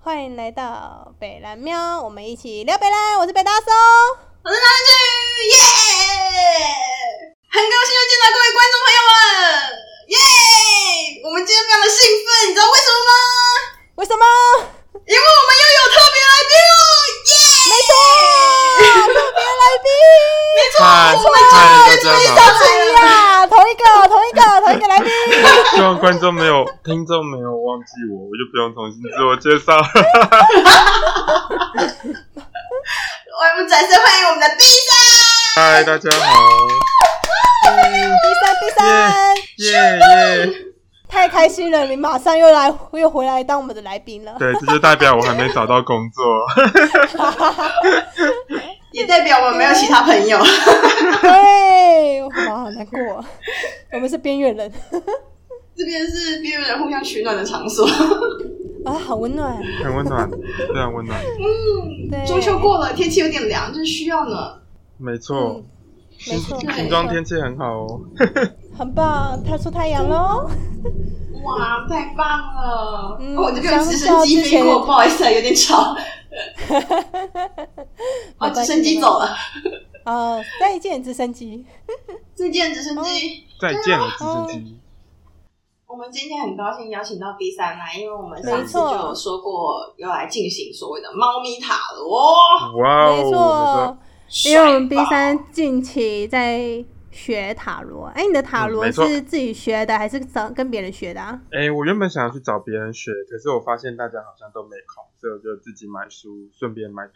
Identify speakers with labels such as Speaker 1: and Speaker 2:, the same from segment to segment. Speaker 1: 欢迎来到北蓝喵，我们一起聊北蓝。我是北大叔，
Speaker 2: 我是南剧，耶！很高兴又见到各位观众朋友们，耶！我们今天非常的兴奋，你知道为什么吗？
Speaker 1: 为什么？
Speaker 2: 因为我们又有特别来哦宾了，耶！
Speaker 1: 没错，特 别来宾。
Speaker 2: 没错，
Speaker 3: 嗨
Speaker 2: 我们终于
Speaker 3: 嗨大家
Speaker 2: 找
Speaker 3: 好
Speaker 1: 是
Speaker 2: 来了。
Speaker 1: 呀，同一个，同一个，同一个来宾。
Speaker 3: 希望观众没有、听众没有忘记我，我就不用重新自我介绍了。
Speaker 2: 我们掌声欢迎我们的 B 三，
Speaker 3: 嗨，大家好，
Speaker 1: 第三，第三，
Speaker 3: 耶耶！
Speaker 1: 太开心了！你马上又来，又回来当我们的来宾了。
Speaker 3: 对，这就代表我还没找到工作。
Speaker 2: 也代表我们没有其他朋友。
Speaker 1: 对，哇，好难过，我们是边缘人
Speaker 2: 这边是边缘人互相取暖的场所。
Speaker 1: 啊，好温暖。
Speaker 3: 很温暖，非常温暖。
Speaker 1: 对，
Speaker 2: 中秋过了，天气有点凉，就是需要呢。
Speaker 3: 没
Speaker 1: 嗯
Speaker 3: 错，，
Speaker 1: 没错，
Speaker 3: 新庄天气很好哦。
Speaker 1: 很棒，它出太阳喽。
Speaker 2: 哇，太棒了！
Speaker 1: 嗯
Speaker 2: 哦，我这边有直升机飞
Speaker 1: 相较之前
Speaker 2: 过，不好意思啊，有点吵。
Speaker 1: 没
Speaker 2: 哦，
Speaker 1: 关
Speaker 2: 直
Speaker 1: 系
Speaker 2: 升机走了，
Speaker 1: 啊，再见，直升机。
Speaker 2: 再见，直
Speaker 1: 嗯
Speaker 2: 升机。
Speaker 3: 再见了，直升机。
Speaker 2: 我们今天很高兴邀请到 B 三来，因为我们上
Speaker 1: 没
Speaker 2: 次
Speaker 1: 错
Speaker 2: 就有说过要来进行所谓的猫咪塔罗。哇
Speaker 3: 哇哦，
Speaker 1: 没错，因为我们 B
Speaker 2: 帅爆
Speaker 1: 三近期在学塔罗。哎，你的塔
Speaker 3: 嗯
Speaker 1: 罗
Speaker 3: 没错
Speaker 1: 是自己学的，还是找跟别人学的啊？
Speaker 3: 哎、我原本想要去找别人学，可是我发现大家好像都没空，所以我就自己买书，顺便买牌。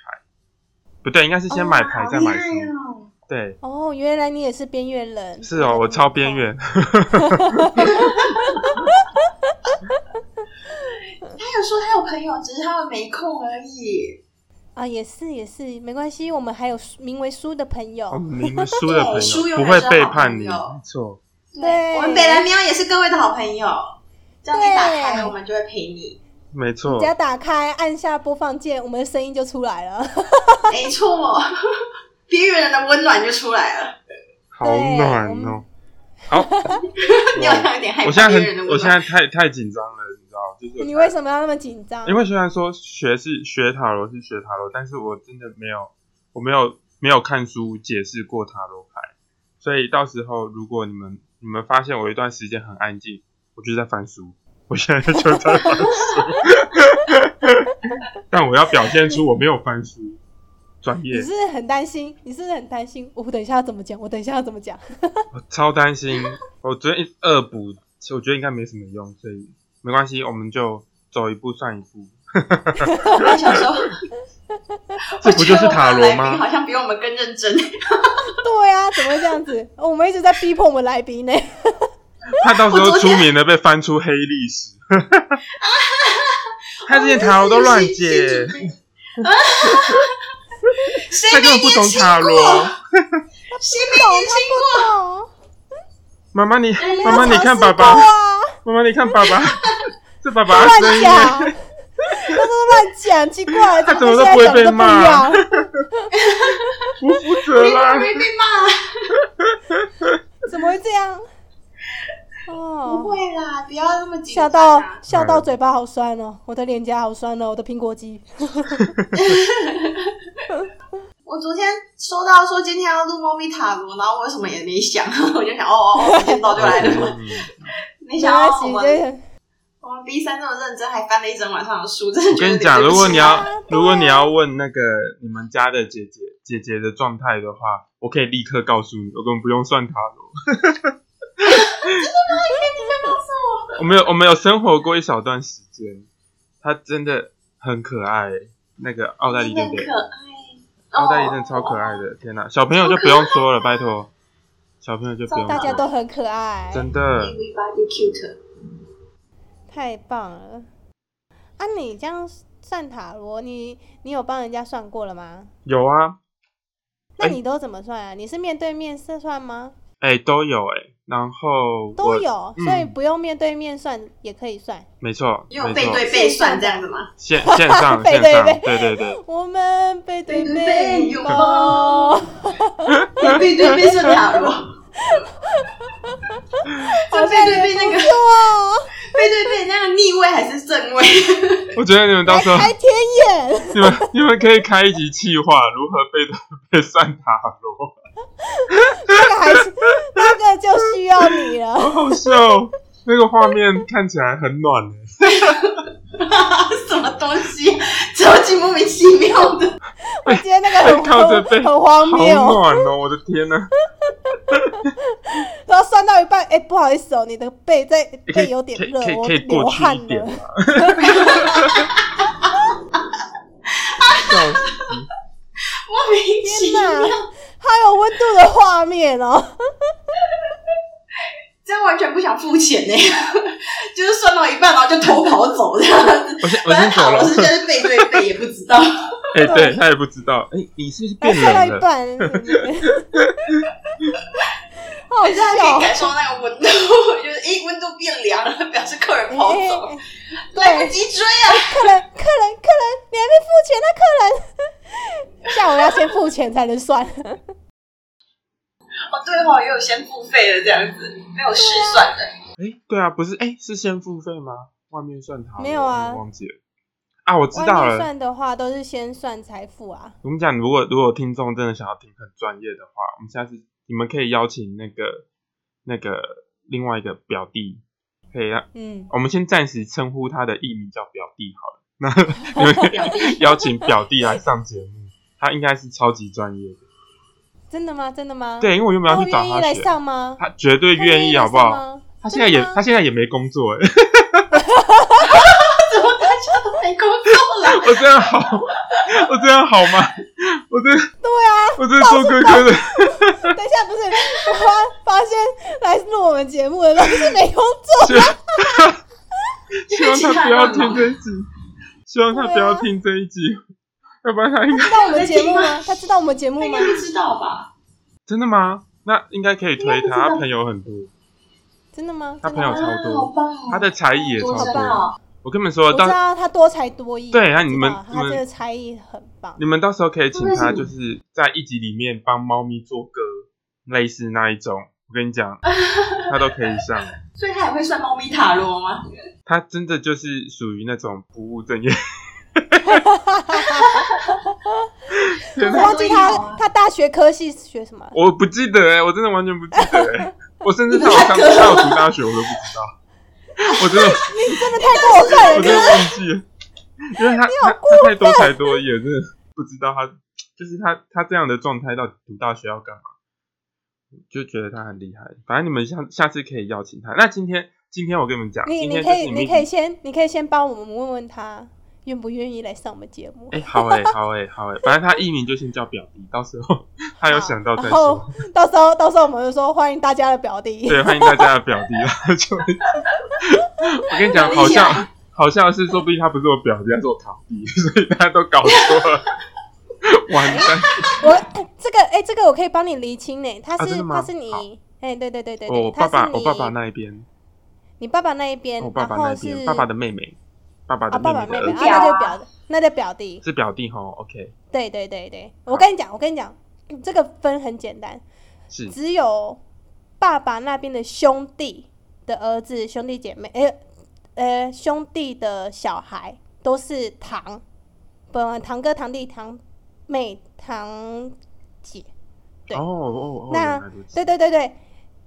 Speaker 3: 不对，应该是先买牌
Speaker 2: 哦好
Speaker 3: 再
Speaker 2: 厉
Speaker 3: 买
Speaker 2: 害
Speaker 3: 书。
Speaker 2: 哦！
Speaker 3: 对，
Speaker 1: 哦，原来你也是边缘人。
Speaker 3: 是哦，我超边。缘。
Speaker 2: 他有说他有朋友，只是他们没空而已。
Speaker 1: 啊，也是也是，没关系，我们还有书名为书的朋友。
Speaker 3: 哦，你们输的朋
Speaker 2: 对输
Speaker 3: 友
Speaker 2: 永远
Speaker 3: 不会
Speaker 2: 是好
Speaker 3: 背叛
Speaker 2: 朋
Speaker 3: 你，
Speaker 2: 友
Speaker 3: 没错，
Speaker 1: 对
Speaker 2: 我们北蓝喵也是各位的好朋友，这样你打开了，我们就会陪 你。
Speaker 3: 没错
Speaker 1: 只，要打开，按下播放键，我们的声音就出来 了。
Speaker 2: 没错， 边缘人的温暖就出来了。
Speaker 3: 好暖
Speaker 1: 我们
Speaker 3: 哦。好，
Speaker 2: 你好像有点害
Speaker 3: 我
Speaker 2: 怕
Speaker 3: 现在
Speaker 2: 边缘人的
Speaker 3: 很，我
Speaker 2: 温
Speaker 3: 现在
Speaker 2: 暖。
Speaker 3: 太太紧张了，你知道，就是
Speaker 1: 你为什么要那么紧张？
Speaker 3: 因为虽然说学是学塔罗是学塔罗，但是我真的没有，我没有没有看书解释过塔罗牌，所以到时候如果你们你们发现我有一段时间很安静，我就是在翻书，我现在就在翻书， 但我要表现出我没有翻书，专业
Speaker 1: 你。是不是很担心？你是不是很担心？哦我等一下要怎么讲？我等一下要怎么讲？
Speaker 3: 我超担心，我昨天一直恶补，其实我觉得应该没什么用，所以没关系，我们就走一步算一步。
Speaker 2: 我想说，
Speaker 3: 这不就是塔罗
Speaker 2: 我觉得我们的来宾
Speaker 3: 吗？
Speaker 2: 好像比我们更认真。
Speaker 1: 对呀、啊，怎么会这样子？哦我们一直在逼迫我们来宾呢。
Speaker 3: 他到时
Speaker 2: 我
Speaker 3: 候
Speaker 2: 昨
Speaker 3: 出
Speaker 2: 天
Speaker 3: 名了，被翻出黑 历史。他之前塔罗都 乱解，
Speaker 2: 谁
Speaker 3: 他
Speaker 2: 没
Speaker 3: 根本不懂
Speaker 2: 年轻
Speaker 3: 塔
Speaker 2: 过？
Speaker 3: 罗。
Speaker 2: 谁没年轻过？
Speaker 1: 哦，
Speaker 3: 妈妈你
Speaker 1: 哎
Speaker 2: 人，家
Speaker 3: 妈妈你看爸爸，
Speaker 1: 哇，
Speaker 3: 妈妈你看爸 爸，这爸爸的声
Speaker 1: 乱
Speaker 3: 音，
Speaker 1: 讲，他都乱讲，奇怪，
Speaker 3: 他
Speaker 1: 怎么
Speaker 3: 怎么都
Speaker 1: 跟
Speaker 3: 不会
Speaker 1: 现在讲
Speaker 3: 被
Speaker 1: 不
Speaker 3: 骂
Speaker 1: 一样？
Speaker 3: 不负责啦。
Speaker 2: 没被骂？
Speaker 1: 怎么会这样？
Speaker 2: 不
Speaker 1: 哦，
Speaker 2: 会啦，不要那么紧张
Speaker 1: 笑
Speaker 2: 啊。
Speaker 1: 到笑
Speaker 3: 嗯
Speaker 1: 到嘴巴好酸哦，我的脸颊好酸哦，我的苹果肌。
Speaker 2: 我昨天收到说今天要录猫咪塔罗，然后我什么也没想， 我就想哦哦哦，时间到就
Speaker 3: 哎
Speaker 2: 来 了。没
Speaker 1: 没
Speaker 2: 想
Speaker 1: 关
Speaker 2: 到我
Speaker 1: 系，
Speaker 2: 们
Speaker 3: 嗯
Speaker 1: 这
Speaker 2: 我们 B 三这么认真，还翻了一整晚上的书，真的
Speaker 3: 我
Speaker 2: 觉得有
Speaker 3: 跟你
Speaker 2: 点
Speaker 3: 讲，
Speaker 2: 对
Speaker 3: 如
Speaker 2: 不起
Speaker 3: 果你要
Speaker 1: 对啊
Speaker 3: 如果你要问那个你们家的姐姐姐姐的状态的话，我可以立刻告诉你，我根本不用算塔罗。 我们有我们有生活过一小段时间，她真的很可爱。那个奥黛丽对不对
Speaker 2: 真的？很可爱，哦
Speaker 3: 奥黛丽真的超可爱的，天哪！小朋友就不用说了，拜托，小朋友就不用说了，
Speaker 1: 大家都很可爱，
Speaker 3: 真
Speaker 2: 哦。
Speaker 3: 的
Speaker 2: Everybody cute。
Speaker 1: 太棒了。啊，你这样算塔罗，你你有帮人家算过了吗？
Speaker 3: 有啊，
Speaker 1: 那
Speaker 3: 哎
Speaker 1: 你都怎么算啊？你是面对面试算吗？
Speaker 3: 哎、都有哎、然后
Speaker 1: 都
Speaker 3: 我，
Speaker 1: 有，
Speaker 3: 嗯
Speaker 1: 所以不用面对面算也可以算。
Speaker 3: 没错，
Speaker 2: 也有
Speaker 3: 没
Speaker 2: 背
Speaker 3: 错，
Speaker 2: 对背算这样子吗？
Speaker 3: 线线 上
Speaker 1: 背
Speaker 3: 线
Speaker 1: 对
Speaker 3: 上，
Speaker 1: 背
Speaker 3: 对对对。
Speaker 1: 我们背对
Speaker 2: 背对
Speaker 1: 背
Speaker 2: 背
Speaker 1: 拥
Speaker 2: 拥
Speaker 1: 抱
Speaker 2: 抱，背对背算塔 罗。这哦背对背那个
Speaker 1: 好像也不
Speaker 3: 啊
Speaker 1: 错
Speaker 2: 背对背那个逆位还是正位？
Speaker 3: 我觉得你们到时候
Speaker 1: 还还贴
Speaker 3: 你们你们可以开一集企划，如何被被算塔罗，
Speaker 1: 这个还是这个就需要你了。
Speaker 3: 好好笑哦，那个画面看起来很暖耶欸
Speaker 2: 什么东西？超级莫名其妙的。
Speaker 1: 我觉得那个
Speaker 3: 还
Speaker 1: 很
Speaker 3: 靠着背，
Speaker 1: 荒很荒
Speaker 3: 好
Speaker 1: 谬，
Speaker 3: 暖哦！我的天呐，
Speaker 1: 然后算到一半，哎、不好意思哦，你的背在
Speaker 3: 可
Speaker 1: 背
Speaker 3: 以
Speaker 1: 有点
Speaker 3: 可以
Speaker 1: 热
Speaker 3: 可以，
Speaker 1: 我
Speaker 3: 可以过
Speaker 1: 流
Speaker 3: 去
Speaker 1: 汗
Speaker 3: 一点
Speaker 1: 了
Speaker 3: 吗。？笑死！
Speaker 2: 莫名其
Speaker 1: 天
Speaker 2: 妙
Speaker 1: 哪，，好有温度的画面哦！
Speaker 2: 这样完全不想付钱呢、 就是算到一半然后就偷跑走这样子。
Speaker 3: 我先我
Speaker 2: 反正
Speaker 3: 先走
Speaker 2: 塔
Speaker 3: 了
Speaker 2: 罗。是现在背对背也不知道，
Speaker 3: 哎、对他也不知道。哎、你是不是
Speaker 1: 然 后算到一
Speaker 3: 变冷
Speaker 1: 半，
Speaker 3: 了？
Speaker 1: 好哦
Speaker 2: 可是他 可以
Speaker 1: 笑
Speaker 2: 感受到那个温度，就是诶温度变凉了，表示客人跑走
Speaker 1: 哦！
Speaker 2: 了，来
Speaker 1: 对
Speaker 2: 不，及追啊！
Speaker 1: 客人，客人，客人，你还没付钱呢、客人。 下午要先付钱才能算，
Speaker 2: 哦对哦，也有先付费的这样子，没有试算的。
Speaker 3: 哎、对啊，不是，哎、是先付费吗？外面算塔罗
Speaker 1: 没有啊
Speaker 3: 我忘记了。啊，我知道
Speaker 1: 外面
Speaker 3: 了。
Speaker 1: 算的话都是先算才付啊。
Speaker 3: 我们讲，如果如果听众真的想要听很专业的话，我们下次你们可以邀请那个那个另外一个表弟，可以让
Speaker 1: 嗯，
Speaker 3: 我们先暂时称呼他的艺名叫表弟好了。那 你们可以邀请表弟来上节目，他应该是超级专业的。
Speaker 1: 真的吗？真的吗？，
Speaker 3: 对，因为我原本
Speaker 1: 他
Speaker 3: 要
Speaker 1: 会
Speaker 3: 去找
Speaker 1: 哦愿意来
Speaker 3: 他学，
Speaker 1: 上吗？
Speaker 3: 他绝对
Speaker 1: 他
Speaker 3: 愿意，好不好？
Speaker 1: 来上吗？
Speaker 3: 他现在也
Speaker 1: 真的吗
Speaker 3: 他现在也没工作哎、
Speaker 2: 怎么大家都没工作 了？
Speaker 3: 我这样好，我这样好吗？我这
Speaker 1: 对啊，
Speaker 3: 我这做哥哥的，
Speaker 1: 等一下不是，我发发现来录我们节目 的都是没工作，
Speaker 3: 希望希望他不要听这一集，希望他不要听这一集， 要不然他应该
Speaker 1: 知道我们节目 吗？他知道我们节目
Speaker 2: 应
Speaker 1: 吗
Speaker 2: 该？不知道吧？
Speaker 3: 真的吗？那应该可以推
Speaker 2: 应该不知
Speaker 3: 他，
Speaker 2: 道
Speaker 3: 他朋友很多，
Speaker 1: 真的吗？
Speaker 3: 他朋友
Speaker 1: 真的吗
Speaker 2: 啊好
Speaker 3: 超多，
Speaker 2: 棒哦！
Speaker 3: 他的才艺也
Speaker 2: 我
Speaker 3: 超
Speaker 2: 知
Speaker 3: 多。
Speaker 2: 道，
Speaker 3: 我跟你们说，
Speaker 1: 我知
Speaker 3: 到
Speaker 1: 道他多才多艺，
Speaker 3: 对啊
Speaker 1: 我知道
Speaker 3: 你们
Speaker 1: 他
Speaker 3: 你
Speaker 1: 这
Speaker 3: 们
Speaker 1: 个才艺很棒
Speaker 3: 你。们到时候可以请他，
Speaker 2: 真
Speaker 3: 就
Speaker 2: 的
Speaker 3: 是在一集里面帮猫咪做歌，类似那一种。我跟 你讲，他都可以上。
Speaker 2: 所以他也会算猫咪塔罗吗？
Speaker 3: 他真的就是属于那种不务 正业。
Speaker 1: 我忘记
Speaker 2: 多艺好
Speaker 1: 他
Speaker 2: 啊
Speaker 1: 他大学科系是学什么了，
Speaker 3: 我不记得哎、我真的完全不记得哎、 我甚至到我上
Speaker 2: 你
Speaker 3: 到我读大学我都不知道，我 真的
Speaker 1: 真的太过分哦
Speaker 3: 我
Speaker 1: 了，
Speaker 3: 真的忘记了，因为他他他太多才多艺了，真的不知道他就是他他这样的状态到底读大学要干嘛，就觉得他很厉害。反正你们下下次可以邀请他。那今天今天我跟你们讲，
Speaker 1: 你
Speaker 3: 今
Speaker 1: 你
Speaker 3: 天
Speaker 1: 可
Speaker 3: 就是
Speaker 1: 以
Speaker 3: 们
Speaker 1: 你可以先你可以先帮我们问问他愿不愿意来上我们节目，
Speaker 3: 哎、好哎、好哎、好哎、反正他艺名就先叫表弟，到时候 他有
Speaker 1: 好
Speaker 3: 想到再
Speaker 1: 然
Speaker 3: 说
Speaker 1: 后。 到时候到时候我们就说欢迎大家的表弟，
Speaker 3: 对，欢迎大家的表弟 啦。就我跟你讲，好像好像是，说不定他不是我表弟，他是我堂弟， 所以大家都搞 错了。完蛋！
Speaker 1: 我这个哎、这个我可以帮你厘清呢，他
Speaker 3: 啊真
Speaker 1: 是、
Speaker 3: 的吗
Speaker 1: 他是你
Speaker 3: 好哦
Speaker 1: 哎、对对对对
Speaker 3: 我
Speaker 1: 对，
Speaker 3: 我
Speaker 1: 他
Speaker 3: 爸
Speaker 1: 是
Speaker 3: 爸，
Speaker 1: 你
Speaker 3: 我爸爸那一边，哦
Speaker 1: 你爸爸那一边，
Speaker 3: 我爸爸
Speaker 1: 然
Speaker 3: 那
Speaker 1: 后
Speaker 3: 一边，
Speaker 1: 是
Speaker 3: 爸爸的妹妹，爸爸
Speaker 1: 啊
Speaker 3: 的
Speaker 1: 爸
Speaker 3: 妹
Speaker 1: 爸
Speaker 3: 妹
Speaker 1: 妹
Speaker 3: 的
Speaker 1: 妹
Speaker 3: 儿
Speaker 1: 啊那
Speaker 2: 表
Speaker 3: 子
Speaker 1: 就
Speaker 2: 啊
Speaker 1: 表那就表弟，
Speaker 3: 是表弟吼 o k
Speaker 1: 对对对对，我跟你讲我跟你讲，这个分很简单，
Speaker 3: 是
Speaker 1: 只有爸爸那边的兄弟的儿子、兄弟姐妹，哎、呃，兄弟的小孩都是堂，本堂哥、堂弟、堂妹、堂姐，对
Speaker 3: 哦哦哦，
Speaker 1: 那
Speaker 3: 原来如此
Speaker 1: 对对对对，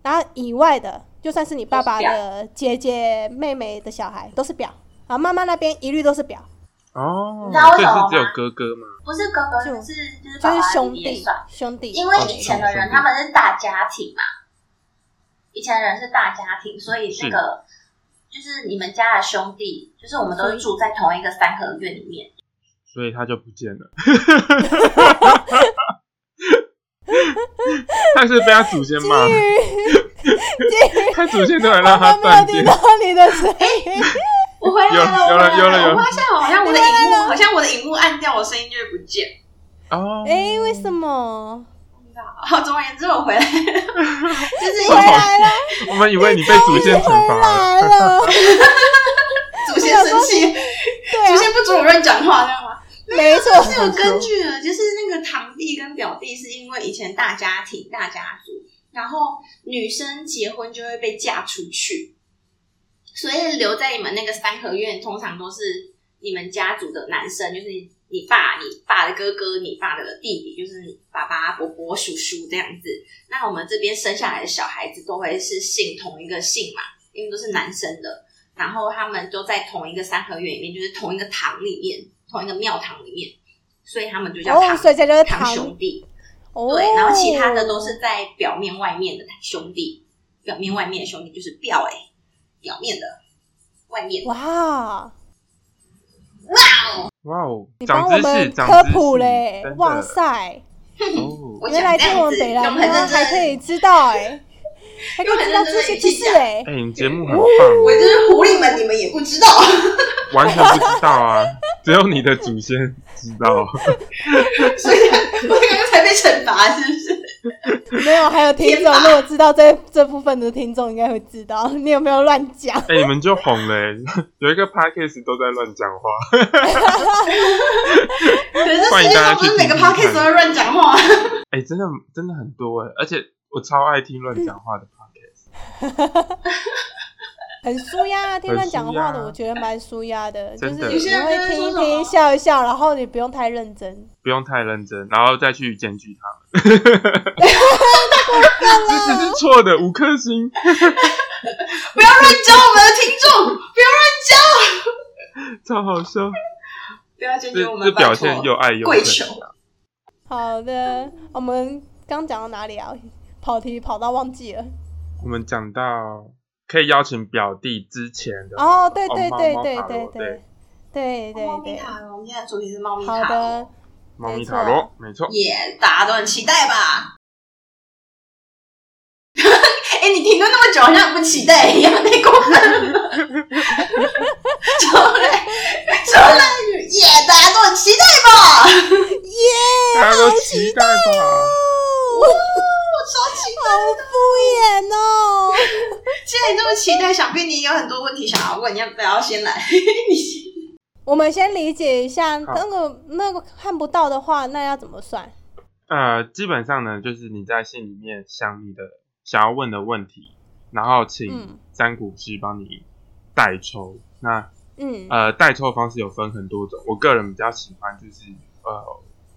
Speaker 1: 然后以外的，就算是你爸爸
Speaker 2: 都是表
Speaker 1: 的姐姐、妹妹的小孩，都是表啊，妈妈那边一律都是表，
Speaker 3: 哦，
Speaker 2: 你知道为
Speaker 3: 所以
Speaker 2: 什么
Speaker 3: 是只有
Speaker 2: 吗
Speaker 3: 哥哥吗？
Speaker 2: 不是哥哥，
Speaker 1: 就是
Speaker 2: 就是啊
Speaker 1: 就
Speaker 2: 爸
Speaker 1: 是
Speaker 2: 爸
Speaker 1: 兄
Speaker 2: 也
Speaker 1: 弟
Speaker 2: 算。
Speaker 1: 兄弟
Speaker 2: 因为以前的人
Speaker 3: 哦
Speaker 2: 他们是大家庭嘛，以前的人是大家庭，所以那个就是你们家的兄弟，就是我们都是住在同一个三合院里面。
Speaker 3: 所以他就不见 了。 他是被他祖先骂，他祖先都来让他
Speaker 1: 我没有
Speaker 3: 断电
Speaker 1: 听。到你的声 音，
Speaker 2: 我回来了，
Speaker 3: 有
Speaker 2: 我回来
Speaker 3: 有了有了有了
Speaker 2: 我发现啊好像我的荧幕，好像我的荧幕按掉，我声音就会不见。
Speaker 3: 哦，
Speaker 1: 哎、为什么？
Speaker 2: 好，总而言之，我回来了，就是
Speaker 1: 你
Speaker 2: 因
Speaker 1: 回
Speaker 2: 为
Speaker 1: 来了，
Speaker 3: 我们以为你被祖先惩
Speaker 1: 回
Speaker 3: 罚了，
Speaker 1: 来了，
Speaker 2: 祖先生气，
Speaker 1: 对
Speaker 2: 祖
Speaker 1: 啊，
Speaker 2: 先不准我乱讲话，知道吗？
Speaker 1: 没错，
Speaker 2: 是有根据的，就是那个堂弟跟表弟是因为以前大家庭、大家族，然后女生结婚就会被嫁出去，所以留在你们那个三合院，通常都是你们家族的男生，就是你你爸、你爸的哥哥、你爸的弟弟，就是爸爸、伯伯、叔叔这样子。那我们这边生下来的小孩子都会是姓同一个姓嘛，因为都是男生的，然后他们都在同一个三合院里面，就是同一个堂里面，同一个庙堂里面，所以他们就叫堂、
Speaker 1: 哦，所以这就是
Speaker 2: 堂
Speaker 1: 堂
Speaker 2: 兄弟。
Speaker 1: 哦，
Speaker 2: 对，然后其他的都是在表面外面的兄弟，表面外面的兄弟就是表哎、表面的外面。
Speaker 1: 哇，
Speaker 3: 哇哦，
Speaker 1: 你帮
Speaker 3: 长
Speaker 1: 我
Speaker 3: 知识，
Speaker 1: 们
Speaker 3: 长
Speaker 1: 科
Speaker 3: 知识
Speaker 1: 普嘞
Speaker 3: 真，的
Speaker 1: 哇塞！
Speaker 3: 哦，
Speaker 2: 我
Speaker 1: 原
Speaker 2: 想
Speaker 1: 来
Speaker 2: 这
Speaker 1: 听
Speaker 2: 样
Speaker 1: 我
Speaker 2: 子
Speaker 1: 们北兰
Speaker 2: 用很认
Speaker 1: 喵还
Speaker 2: 真
Speaker 1: 可以知道哎、 还可以知道这些知识哎、
Speaker 3: 哎，你节目很棒，
Speaker 2: 我就是狐狸们，你们也不知道。
Speaker 3: 完全不知道啊， 只有你的祖先知道。
Speaker 2: 所以我刚刚才被惩罚，是不是？
Speaker 1: 没有，还有听众，如果知道这这部分的听众应该会知道， 你有没有乱讲？
Speaker 3: 哎、你们就红了、欸， 有一个 podcast 都在乱讲话，
Speaker 2: 可是这
Speaker 3: 欢
Speaker 2: 世
Speaker 3: 迎
Speaker 2: 界
Speaker 3: 大家
Speaker 2: 上
Speaker 3: 去
Speaker 2: 不是每哦个
Speaker 3: 听听
Speaker 2: podcast
Speaker 3: 看
Speaker 2: 都会乱讲话。
Speaker 3: 哎、真的真的很多哎、而且我超爱听乱讲
Speaker 1: 嗯
Speaker 3: 话的 podcast，
Speaker 1: 很舒压，啊听乱讲话
Speaker 3: 很舒
Speaker 1: 的，
Speaker 3: 压
Speaker 1: 我觉得蛮舒压的，就
Speaker 3: 真
Speaker 1: 是
Speaker 3: 的
Speaker 1: 你会听一
Speaker 2: 有些人就是说
Speaker 1: 听，笑一笑，然后你不用太认真。
Speaker 3: 不用太认真，然后再去检举他们， 这只是错的，五颗星，
Speaker 2: 不要乱教我们的听众，不要乱教，
Speaker 3: 超好笑，
Speaker 2: 不要拒绝我
Speaker 3: 这
Speaker 2: 们，
Speaker 3: 这
Speaker 2: 拜托
Speaker 3: 表现又爱又
Speaker 2: 跪
Speaker 3: 恨，
Speaker 2: 求。
Speaker 1: 好的，我们刚讲到哪里啊？跑题跑到忘记了。
Speaker 3: 我们讲到可以邀请表弟之前的，
Speaker 1: 哦，对对
Speaker 3: 猫
Speaker 1: 对
Speaker 3: 猫
Speaker 1: 对
Speaker 3: 塔
Speaker 1: 对
Speaker 3: 罗对
Speaker 1: 对对
Speaker 2: 猫咪
Speaker 1: 对
Speaker 2: 塔哦罗，我们现在主题是猫咪
Speaker 1: 好
Speaker 2: 塔
Speaker 1: 的
Speaker 2: 罗，，
Speaker 3: 猫咪塔罗，没错，
Speaker 2: 耶，大家都很期待吧？ 哎、你停顿那么久，好像不期待一样，太过分了。 出来，出来！耶，大家都很期待吧？
Speaker 1: 耶，
Speaker 3: 大家都
Speaker 1: 好
Speaker 3: 期待吧，
Speaker 1: 哦
Speaker 2: 我超期待
Speaker 1: 好敷衍哦！
Speaker 2: 既然你这么期待，想必你有很多问题想要问，你要不要先来？你先
Speaker 1: 我们先理解一下，
Speaker 3: 好
Speaker 1: 那个那个看不到的话，那要怎么算？
Speaker 3: 呃，基本上呢，就是你在信里面想你的想要问的问题，然后
Speaker 1: 嗯
Speaker 3: 请占卜师帮你代抽。那
Speaker 1: 嗯，
Speaker 3: 呃，代抽的方式有分很多种，我个人比较喜欢就是呃，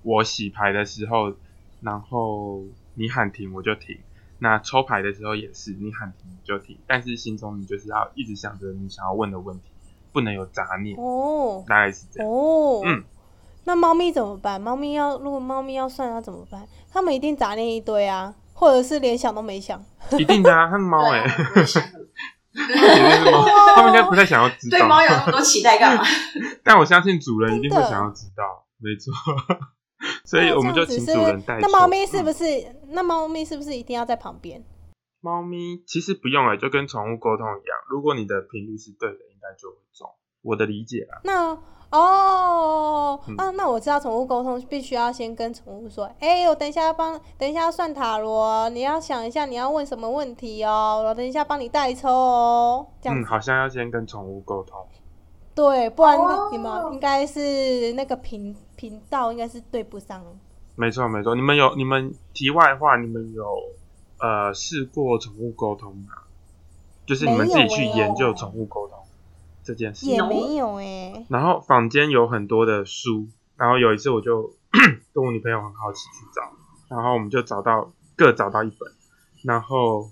Speaker 3: 我洗牌的时候，然后你喊停我就停。那抽牌的时候也是，你喊停你就停，但是心中你就是要一直想着你想要问的问题，不能有杂念，
Speaker 1: 哦
Speaker 3: 大概是这样。
Speaker 1: 哦，
Speaker 3: 嗯，
Speaker 1: 那猫咪怎么办？猫咪要如果猫咪要算要怎么办？它们一定杂念一堆啊，或者是连想都没想。
Speaker 3: 一定的啊，他们猫哎、欸，
Speaker 2: 对我 想很
Speaker 3: 一定是猫，
Speaker 1: 啊
Speaker 3: 他们应该不太想要知道。
Speaker 2: 对猫有那么多期待干嘛？
Speaker 3: 但我相信主人一定会
Speaker 1: 真的
Speaker 3: 想要知道，没错。 所以
Speaker 1: 那
Speaker 3: 我们
Speaker 1: 这
Speaker 3: 就
Speaker 1: 样子
Speaker 3: 请
Speaker 1: 是
Speaker 3: 主人带
Speaker 1: 那
Speaker 3: 出
Speaker 1: 猫咪是
Speaker 3: 嗯
Speaker 1: 不是？那猫咪是不是一定要在旁边？
Speaker 3: 猫咪其实不用了，欸就跟宠物沟通一样，如果你的频率是对的，应该就会中。我的理解啊，
Speaker 1: 那哦、
Speaker 3: 嗯
Speaker 1: 啊，那我知道宠物沟通必须要先跟宠物说，哎、我等一下要帮，等一下要算塔罗，你要想一下你要问什么问题哦，我等一下帮你代抽哦，这样
Speaker 3: 嗯，
Speaker 1: 子、
Speaker 3: 好像要先跟宠物沟通。
Speaker 1: 对，不然
Speaker 2: 哦
Speaker 1: 你们应该是那个频频道应该是对不上。
Speaker 3: 没错没错，你们有你们题外话，你们有呃试过宠物沟通吗？就是你们自己去
Speaker 1: 没有欸
Speaker 3: 研究宠物沟通这件事。
Speaker 1: 也
Speaker 2: 有
Speaker 1: 没有哎、
Speaker 3: 然后坊间有很多的书，然后有一次我就 跟我女朋友很好奇去找，然后我们就找到各找到一本，然后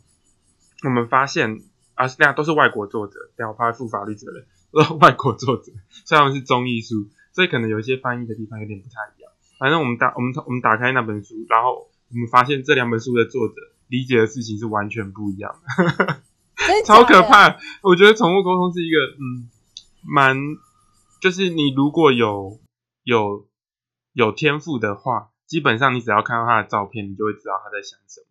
Speaker 3: 我们发现啊，那都是外国作者，等一下我怕负法律责任，都是外国作者，虽然是中译书，所以可能有一些翻译的地方有点不太一样。反正我们打我们我们打开那本书，然后我们发现这两本书的作者理解的事情是完全不一样的。
Speaker 1: 真的
Speaker 3: 超
Speaker 1: 假
Speaker 3: 可
Speaker 1: 的。
Speaker 3: 怕！我觉得宠物沟通是一个，嗯，蛮，就是你如果有有有天赋的话，基本上你只要看到他的照片，你就会知道他在想什么。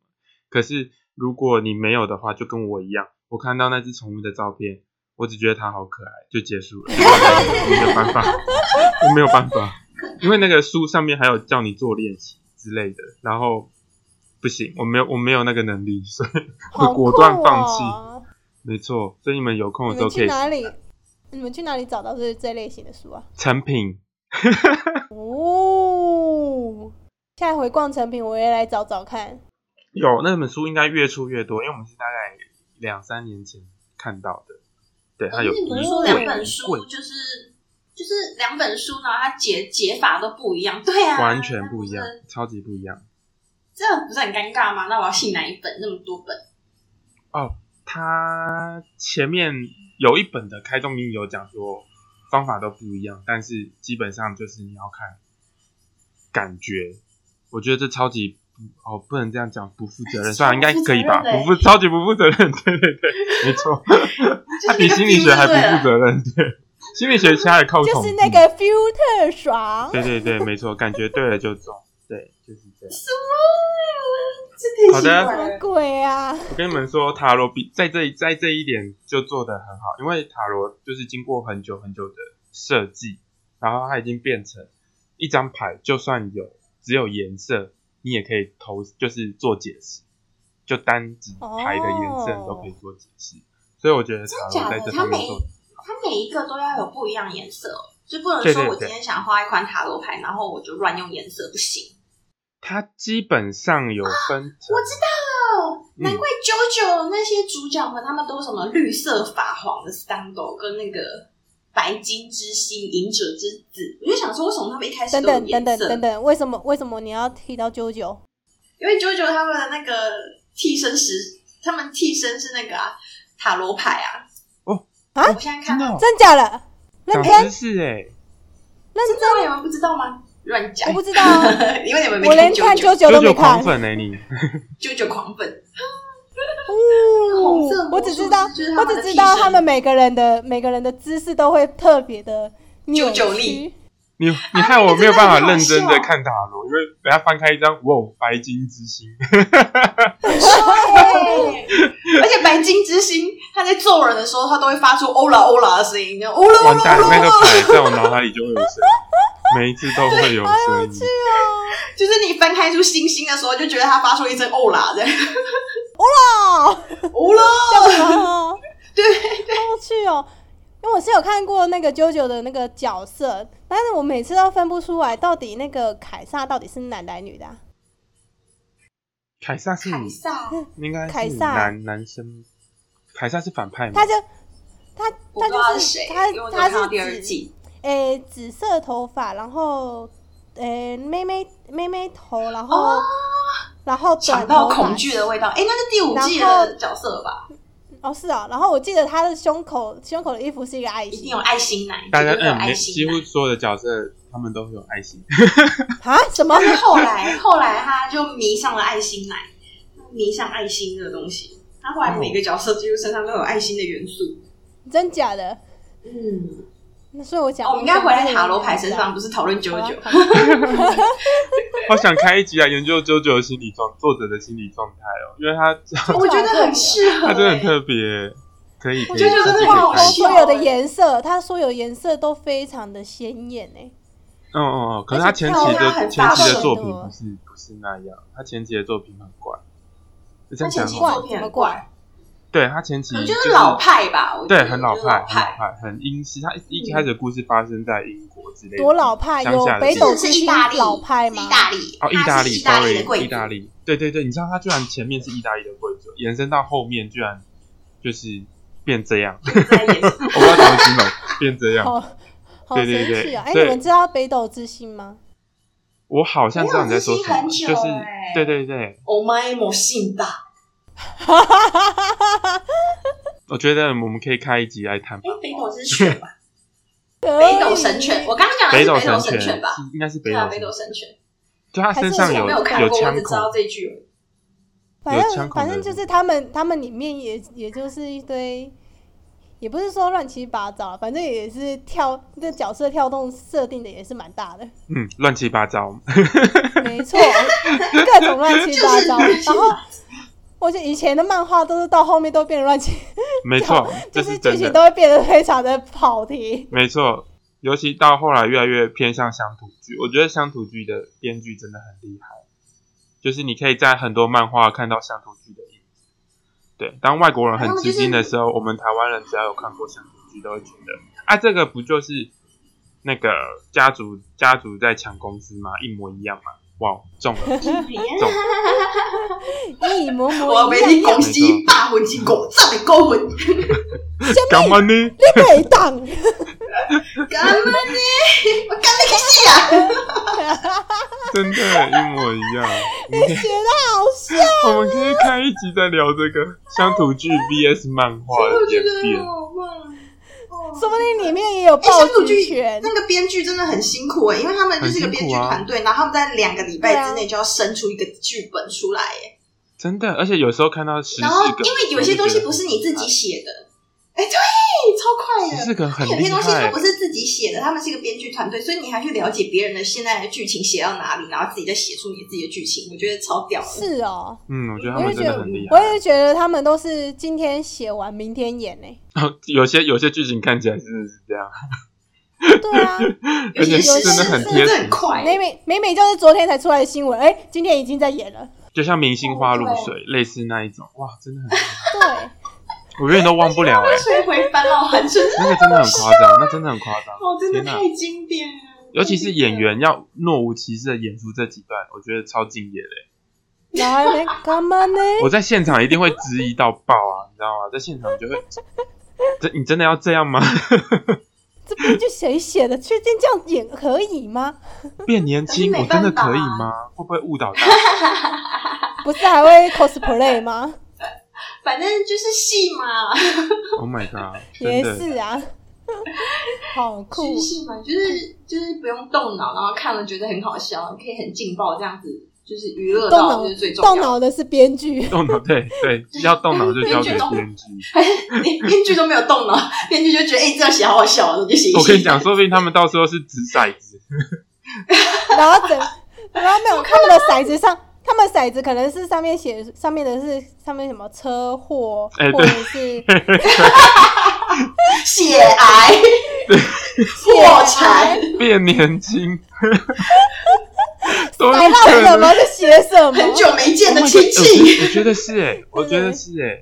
Speaker 3: 可是如果你没有的话，就跟我一样，我看到那只宠物的照片，我只觉得它好可爱，就结束了，我没有办法，我没有办法，因为那个书上面还有叫你做练习之类的，然后不行，我没有我没有那个能力，所以
Speaker 1: 好
Speaker 3: 会
Speaker 1: 酷
Speaker 3: 果断放弃。
Speaker 1: 哦
Speaker 3: 没错，所以你们有空的
Speaker 1: 你
Speaker 3: 时候
Speaker 1: 们
Speaker 3: 可
Speaker 1: 去
Speaker 3: 以
Speaker 1: 哪里？你们去哪里找到这这类型的书啊？
Speaker 3: 成品，
Speaker 1: 哦，现在回逛成品，我也来找找看。
Speaker 3: 有那本书应该越出越多，因为我们是大概两三年前看到的。对，它有
Speaker 2: 你不是
Speaker 3: 一
Speaker 2: 说
Speaker 3: 柜
Speaker 2: 两本
Speaker 3: 一
Speaker 2: 书
Speaker 3: 柜，
Speaker 2: 就是就是两本书呢，它解解法都不一样。对啊，
Speaker 3: 完全不一样
Speaker 2: 那是，
Speaker 3: 超级不一样。
Speaker 2: 这样不是很尴尬吗？那我要信哪一本？那么多本，
Speaker 3: 哦他前面有一本的开宗明义有讲说方法都不一样，但是基本上就是你要看感觉。我觉得这超级不哦，不能这样讲，不负责任。
Speaker 2: 哎
Speaker 3: 算了，应该可以吧？
Speaker 2: 超不负责
Speaker 3: 不
Speaker 2: 任
Speaker 3: 负超级不负责任，对对对，没错。他比心理学还不负责任，对。心理学其他的靠统
Speaker 1: 就
Speaker 3: 计
Speaker 1: 是那个 filter 爽，
Speaker 3: 对对对，没错，感觉对了就中，对，就是这样。
Speaker 2: 这太奇
Speaker 3: 好
Speaker 1: 什
Speaker 2: 怪
Speaker 1: 么
Speaker 2: 了。
Speaker 1: 鬼啊？
Speaker 3: 我跟你们说，塔罗比在这在这一点就做得很好，因为塔罗就是经过很久很久的设计，然后它已经变成一张牌，就算有只有颜色，你也可以投，就是做解释，就单指牌的颜色
Speaker 1: 哦
Speaker 3: 你都可以做解释。所以我觉得塔
Speaker 2: 假
Speaker 3: 罗
Speaker 2: 的
Speaker 3: 在这
Speaker 2: 它
Speaker 3: 方面
Speaker 2: 每
Speaker 3: 做得
Speaker 2: 它每一个都要有不一样颜色哦，就不能
Speaker 3: 对
Speaker 2: 说
Speaker 3: 对
Speaker 2: 我
Speaker 3: 对
Speaker 2: 今天想画一款塔罗牌，然后我就乱用颜色，不行。
Speaker 3: 它基本上有分成，
Speaker 2: 啊我知哦，
Speaker 3: 嗯
Speaker 2: 难怪九九那些主角们，他们都什么绿色法皇的 Stando 跟那个白金之星、隐者之子，我就想说，为什么他们一开始
Speaker 1: 等
Speaker 2: 都有
Speaker 1: 等等
Speaker 2: 颜色？
Speaker 1: 等等等，为什么为什么你要提到啾啾？
Speaker 3: 哦
Speaker 2: 因为九九他们的那个替身时，他们替身是那个、啊、塔罗牌啊。
Speaker 3: 哦
Speaker 1: 啊
Speaker 2: 我现在
Speaker 3: 真
Speaker 2: 看
Speaker 3: 的
Speaker 2: 到，
Speaker 3: 哦、
Speaker 1: 真假的？认
Speaker 3: 长
Speaker 1: 真
Speaker 3: 知识哎、
Speaker 1: 认真，
Speaker 2: 真的你们不知道吗？乱讲
Speaker 1: 我，不知道 啊，
Speaker 2: 因为你们没
Speaker 1: 我连
Speaker 2: 九
Speaker 1: 看
Speaker 2: 九
Speaker 1: 啾啾都没
Speaker 3: 九
Speaker 1: 看
Speaker 3: 狂。粉哎、你，
Speaker 2: 九九狂粉，
Speaker 1: 哦
Speaker 2: 红色魔，
Speaker 1: 我
Speaker 2: 术
Speaker 1: 只知道
Speaker 2: 就是他，
Speaker 1: 我
Speaker 2: 们的
Speaker 1: 只知道
Speaker 2: 替身
Speaker 1: 他们每个人的每个人的姿势都会特别的扭
Speaker 2: 九九力
Speaker 1: 曲。
Speaker 3: 你你害我没有办法认真
Speaker 2: 啊那个真的很好
Speaker 3: 的
Speaker 2: 笑
Speaker 3: 看塔罗，因为等下翻开一张，哇，白金 之星，
Speaker 2: 对而且白金之星他在揍人的时候，他都会发出欧啦欧啦的声音，就欧啦欧
Speaker 3: 完
Speaker 2: 啦
Speaker 3: 蛋，
Speaker 2: 欧啦
Speaker 3: 那个牌在我脑海里就会有声音，每一次都会有声
Speaker 2: 哦
Speaker 3: 音。
Speaker 2: 就是你翻开出星星的时候，就觉得它发出一声“哦啦”的
Speaker 1: 哦，
Speaker 2: “哦啦
Speaker 1: 哦，
Speaker 2: 对
Speaker 1: 好有趣哦。因为我是有看过那个啾啾的那个角色，但是我每次都分不出来到底那个凯撒到底是男的还是女的、啊。
Speaker 2: 嗯
Speaker 3: 凯撒”。是
Speaker 2: 凯
Speaker 3: 你，
Speaker 2: 撒，
Speaker 3: 应该
Speaker 1: 凯
Speaker 3: 是
Speaker 1: 撒
Speaker 3: 男男生，凯撒是反派吗
Speaker 1: 他？就他
Speaker 2: 我
Speaker 1: 他
Speaker 2: 不知道他
Speaker 1: 就是
Speaker 2: 谁，
Speaker 1: 嗯是
Speaker 2: 因
Speaker 1: 他
Speaker 2: 为我只
Speaker 1: 他
Speaker 2: 看到
Speaker 1: 是
Speaker 2: 第二
Speaker 1: 紫
Speaker 2: 季。
Speaker 1: 诶、紫色头发，然后诶、妹妹妹妹头，然后、
Speaker 2: 哦，
Speaker 1: 然后短
Speaker 2: 想到
Speaker 1: 头发
Speaker 2: 恐惧的味道，哎，那是第五季
Speaker 1: 然后
Speaker 2: 的角色吧？
Speaker 1: 哦，是啊，然后我记得他的胸口胸口的衣服是一个爱
Speaker 2: 一定
Speaker 1: 心
Speaker 2: 有爱心奶，
Speaker 3: 大家
Speaker 2: 绝对有
Speaker 3: 嗯，
Speaker 2: 爱
Speaker 3: 没
Speaker 2: 心
Speaker 3: 几
Speaker 2: 奶
Speaker 3: 乎。所有的角色他们都会有爱心。
Speaker 1: 啊？什么
Speaker 2: 但？是后来，后来他就迷上了爱心奶，迷上爱心这个东西。他后来每
Speaker 3: 哦
Speaker 2: 个角色几乎身上都有爱心的元素。
Speaker 1: 真假的？
Speaker 2: 嗯，
Speaker 1: 那所以我讲、
Speaker 2: 哦我们应该回来塔罗牌身上，不是讨论九
Speaker 1: 好啊。
Speaker 2: 九。
Speaker 1: 好啊
Speaker 3: 好想开一集来研究九九的心理状作者的心理状态哦，因为他
Speaker 2: 我觉得很适合，欸
Speaker 3: 他真的很特别，可以可以，
Speaker 2: 觉得
Speaker 3: 下
Speaker 2: 真
Speaker 3: 次
Speaker 2: 的
Speaker 3: 可以
Speaker 2: 很好
Speaker 3: 开一集
Speaker 1: 所哦有的颜色，它所有颜色都非常的鲜艳欸诶。
Speaker 3: 嗯嗯嗯，可是他前期
Speaker 2: 而且跳他
Speaker 3: 的
Speaker 2: 很
Speaker 3: 前
Speaker 2: 大
Speaker 3: 期的
Speaker 2: 声
Speaker 3: 作
Speaker 1: 的
Speaker 3: 品不是不是那样，他前期的作品很怪。就
Speaker 2: 他
Speaker 3: 这样
Speaker 2: 前
Speaker 3: 讲
Speaker 2: 期
Speaker 3: 好
Speaker 1: 怪
Speaker 3: 了，
Speaker 2: 作品
Speaker 1: 怎
Speaker 2: 很
Speaker 1: 么怪
Speaker 2: 怪，
Speaker 3: 对他前期
Speaker 2: 我
Speaker 3: 啊嗯就
Speaker 2: 觉得老，派吧，我觉
Speaker 3: 对，
Speaker 2: 得
Speaker 3: 很老
Speaker 2: 就是老嗯
Speaker 3: 派，很嗯老派，很英式。他一一开始的故事发生在英国之类的，
Speaker 1: 多老派，
Speaker 3: 乡
Speaker 1: 有
Speaker 3: 下的
Speaker 1: 北
Speaker 3: 地
Speaker 1: 斗
Speaker 2: 是
Speaker 1: 之
Speaker 2: 是
Speaker 1: 星
Speaker 2: 意大利
Speaker 1: 老派
Speaker 2: 意
Speaker 1: 吗？
Speaker 2: 大利
Speaker 3: 哦，意大
Speaker 2: 他是
Speaker 3: 利
Speaker 2: 意大利的贵
Speaker 3: ，sorry，
Speaker 2: 族
Speaker 3: 意大利，对对对，你知道他居然前面是意大利的贵族，延伸到后面居然就是变这样，
Speaker 2: 在演
Speaker 3: 我不知道怎么形容，变这样。
Speaker 1: 好好
Speaker 3: 对对
Speaker 1: 神
Speaker 3: 对
Speaker 1: 奇啊！哎，你
Speaker 3: 对
Speaker 1: 们知道北斗之星吗？
Speaker 3: 我好像知道你在说什么，
Speaker 2: 没有自信
Speaker 3: 就
Speaker 2: 很久
Speaker 3: 是
Speaker 2: 欸
Speaker 3: 对对对，
Speaker 2: Oh my 魔性吧，
Speaker 3: 我觉得我们可以开一集来谈
Speaker 2: 哎，北斗之 犬吧，
Speaker 1: 北
Speaker 2: 北斗神犬，我刚刚讲的
Speaker 3: 北
Speaker 2: 是
Speaker 3: 斗
Speaker 2: 北斗
Speaker 3: 神
Speaker 2: 神犬吧？
Speaker 3: 是应该是北
Speaker 2: 对
Speaker 3: 斗
Speaker 2: 啊，
Speaker 3: 神
Speaker 2: 北
Speaker 3: 犬
Speaker 2: 斗神犬，
Speaker 3: 就他身上
Speaker 1: 还是
Speaker 3: 有
Speaker 2: 我没有看
Speaker 3: 有
Speaker 2: 过，我
Speaker 3: 枪
Speaker 2: 只知道
Speaker 3: 孔，
Speaker 2: 这一句 而已。
Speaker 1: 反
Speaker 3: 有枪
Speaker 1: 正
Speaker 3: 孔
Speaker 1: 反
Speaker 3: 的
Speaker 1: 正
Speaker 3: 人
Speaker 1: 就是他们他们里面也也就是一堆，也不是说乱七八糟，反正也是跳这角色跳动设定的也是蛮大的，
Speaker 3: 嗯，乱七八糟。
Speaker 1: 没 错，各种乱七八糟。
Speaker 2: 就是
Speaker 1: 然后我觉得以前的漫画都是到后面都变得乱七，
Speaker 3: 没错，这
Speaker 1: 就是剧
Speaker 3: 真
Speaker 1: 情
Speaker 3: 的，
Speaker 1: 都会变得非常的跑题。
Speaker 3: 没错。尤其到后来越来越偏向乡土剧，我觉得乡土剧的编剧真的很厉害，就是你可以在很多漫画看到乡土剧的影子。对，当外国人很吃惊的时候，我们台湾人只要有看过乡土剧，都会觉得啊，这个不就是那个家族家族在抢公司吗？一模一样嘛。哇，中了，中
Speaker 2: 我
Speaker 1: 一模模一
Speaker 2: 被你
Speaker 1: 样
Speaker 2: 恭
Speaker 1: 样，
Speaker 2: 喜霸魂金狗，炸你高魂，
Speaker 3: 干嘛呢？
Speaker 1: 你袂 当。
Speaker 2: 干嘛呢？ 我干那个戏啊！
Speaker 3: 真的，一模一样。我们可以
Speaker 1: 写的好像，
Speaker 3: 我们可以开一集再聊这个乡土剧 VS 漫画的
Speaker 2: 我觉
Speaker 3: 演
Speaker 2: 得
Speaker 3: 变。
Speaker 2: 好 棒。哦
Speaker 1: 说不定里面也有
Speaker 2: 哎，
Speaker 1: 报
Speaker 2: 乡土
Speaker 1: 纸
Speaker 2: 剧
Speaker 1: 权。
Speaker 2: 那个编剧真的很辛苦哎、因为他们就是一个
Speaker 3: 很辛
Speaker 2: 编
Speaker 3: 苦
Speaker 2: 剧
Speaker 3: 啊
Speaker 2: 团队，然后他们在两个礼
Speaker 1: 对
Speaker 2: 拜
Speaker 1: 啊
Speaker 2: 之内就要生出一个剧本出来哎、
Speaker 3: 真的，而且有时候看到十四
Speaker 2: 然后
Speaker 3: 个，
Speaker 2: 因为有些东西不是你自己写的，哎、对，超快
Speaker 3: 十
Speaker 2: 的。
Speaker 3: 四个很
Speaker 2: 有
Speaker 3: 厉
Speaker 2: 些东西它
Speaker 3: 害
Speaker 2: 不，是自己写的，他们是一个编剧团队，所以你还去了解别人的现在的剧情写到哪里，然后自己再写出你自己的剧情，我觉得超屌的。
Speaker 1: 是哦，
Speaker 3: 嗯，我觉得他
Speaker 1: 我
Speaker 3: 们
Speaker 1: 也觉
Speaker 3: 真的
Speaker 1: 得
Speaker 3: 很厉，
Speaker 1: 我
Speaker 3: 害。
Speaker 1: 也觉得他们都是今天写完，明天演欸呢、
Speaker 3: 有些有些剧情看起来真的是这样，
Speaker 1: 对 啊，
Speaker 3: 而且
Speaker 1: 尤其是
Speaker 3: 真的很
Speaker 2: 真
Speaker 3: 贴
Speaker 2: 的
Speaker 3: 实
Speaker 2: 很，快，欸
Speaker 1: 美美美美就是昨天才出来的新闻，哎、今天已经在演了。
Speaker 3: 就像明星花露水类似那一种，哇，真的很厉害，
Speaker 1: 对，
Speaker 3: 我永远都忘不了哎、
Speaker 2: 所以回返老寒真的，
Speaker 3: 那个真的很夸张，那真的很夸张，
Speaker 2: 哦，真的
Speaker 3: 天哪
Speaker 2: 太经典了。
Speaker 3: 尤其是演员要若无其事的演出这几段，我觉得超敬业的欸、
Speaker 1: 然后还没干嘛呢？
Speaker 3: 我在现场一定会质疑到爆啊，你知道吗？在现场就会，真你真的要这样吗？
Speaker 1: 这编剧谁写的？确定这样演可以吗？
Speaker 3: 变年轻，
Speaker 2: 但
Speaker 3: 我
Speaker 2: 是没办
Speaker 3: 真
Speaker 2: 法啊
Speaker 3: 的可以吗？会不会误导大家？
Speaker 1: 不是还会 cosplay 吗？
Speaker 2: 反正就是戏嘛，
Speaker 3: Oh my god！真
Speaker 1: 也
Speaker 3: 的，
Speaker 1: 是啊， 好酷
Speaker 2: 趋！势嘛，就是就是不用动脑，然后看了觉得很好笑，可以很劲爆这样子，就是娱乐
Speaker 1: 动
Speaker 2: 到
Speaker 1: 脑
Speaker 2: 就是最重
Speaker 1: 动
Speaker 2: 要的。
Speaker 1: 脑的是编剧，
Speaker 3: 动脑对对，要动脑就交给编剧。
Speaker 2: 连编剧都没有动脑，编剧就觉得哎、这样写好好笑哦，我就写一写。
Speaker 3: 我 跟你讲，说不定他们到时候是掷骰子，
Speaker 1: 然后 整，然后没有他们的骰子上，他们骰子可能是上面写上面的是上面什么车祸，
Speaker 3: 哎
Speaker 1: 或
Speaker 3: 对
Speaker 1: 者是
Speaker 2: 血癌 Oh 破产，
Speaker 3: 变年轻，都
Speaker 1: 买
Speaker 3: 有
Speaker 1: 到
Speaker 3: 可
Speaker 1: 什
Speaker 3: 能
Speaker 1: 么。就写什么，
Speaker 2: 很久没见
Speaker 3: Oh my
Speaker 2: 的
Speaker 3: god，
Speaker 2: 亲戚，
Speaker 3: 我觉得是哎，我觉得是哎。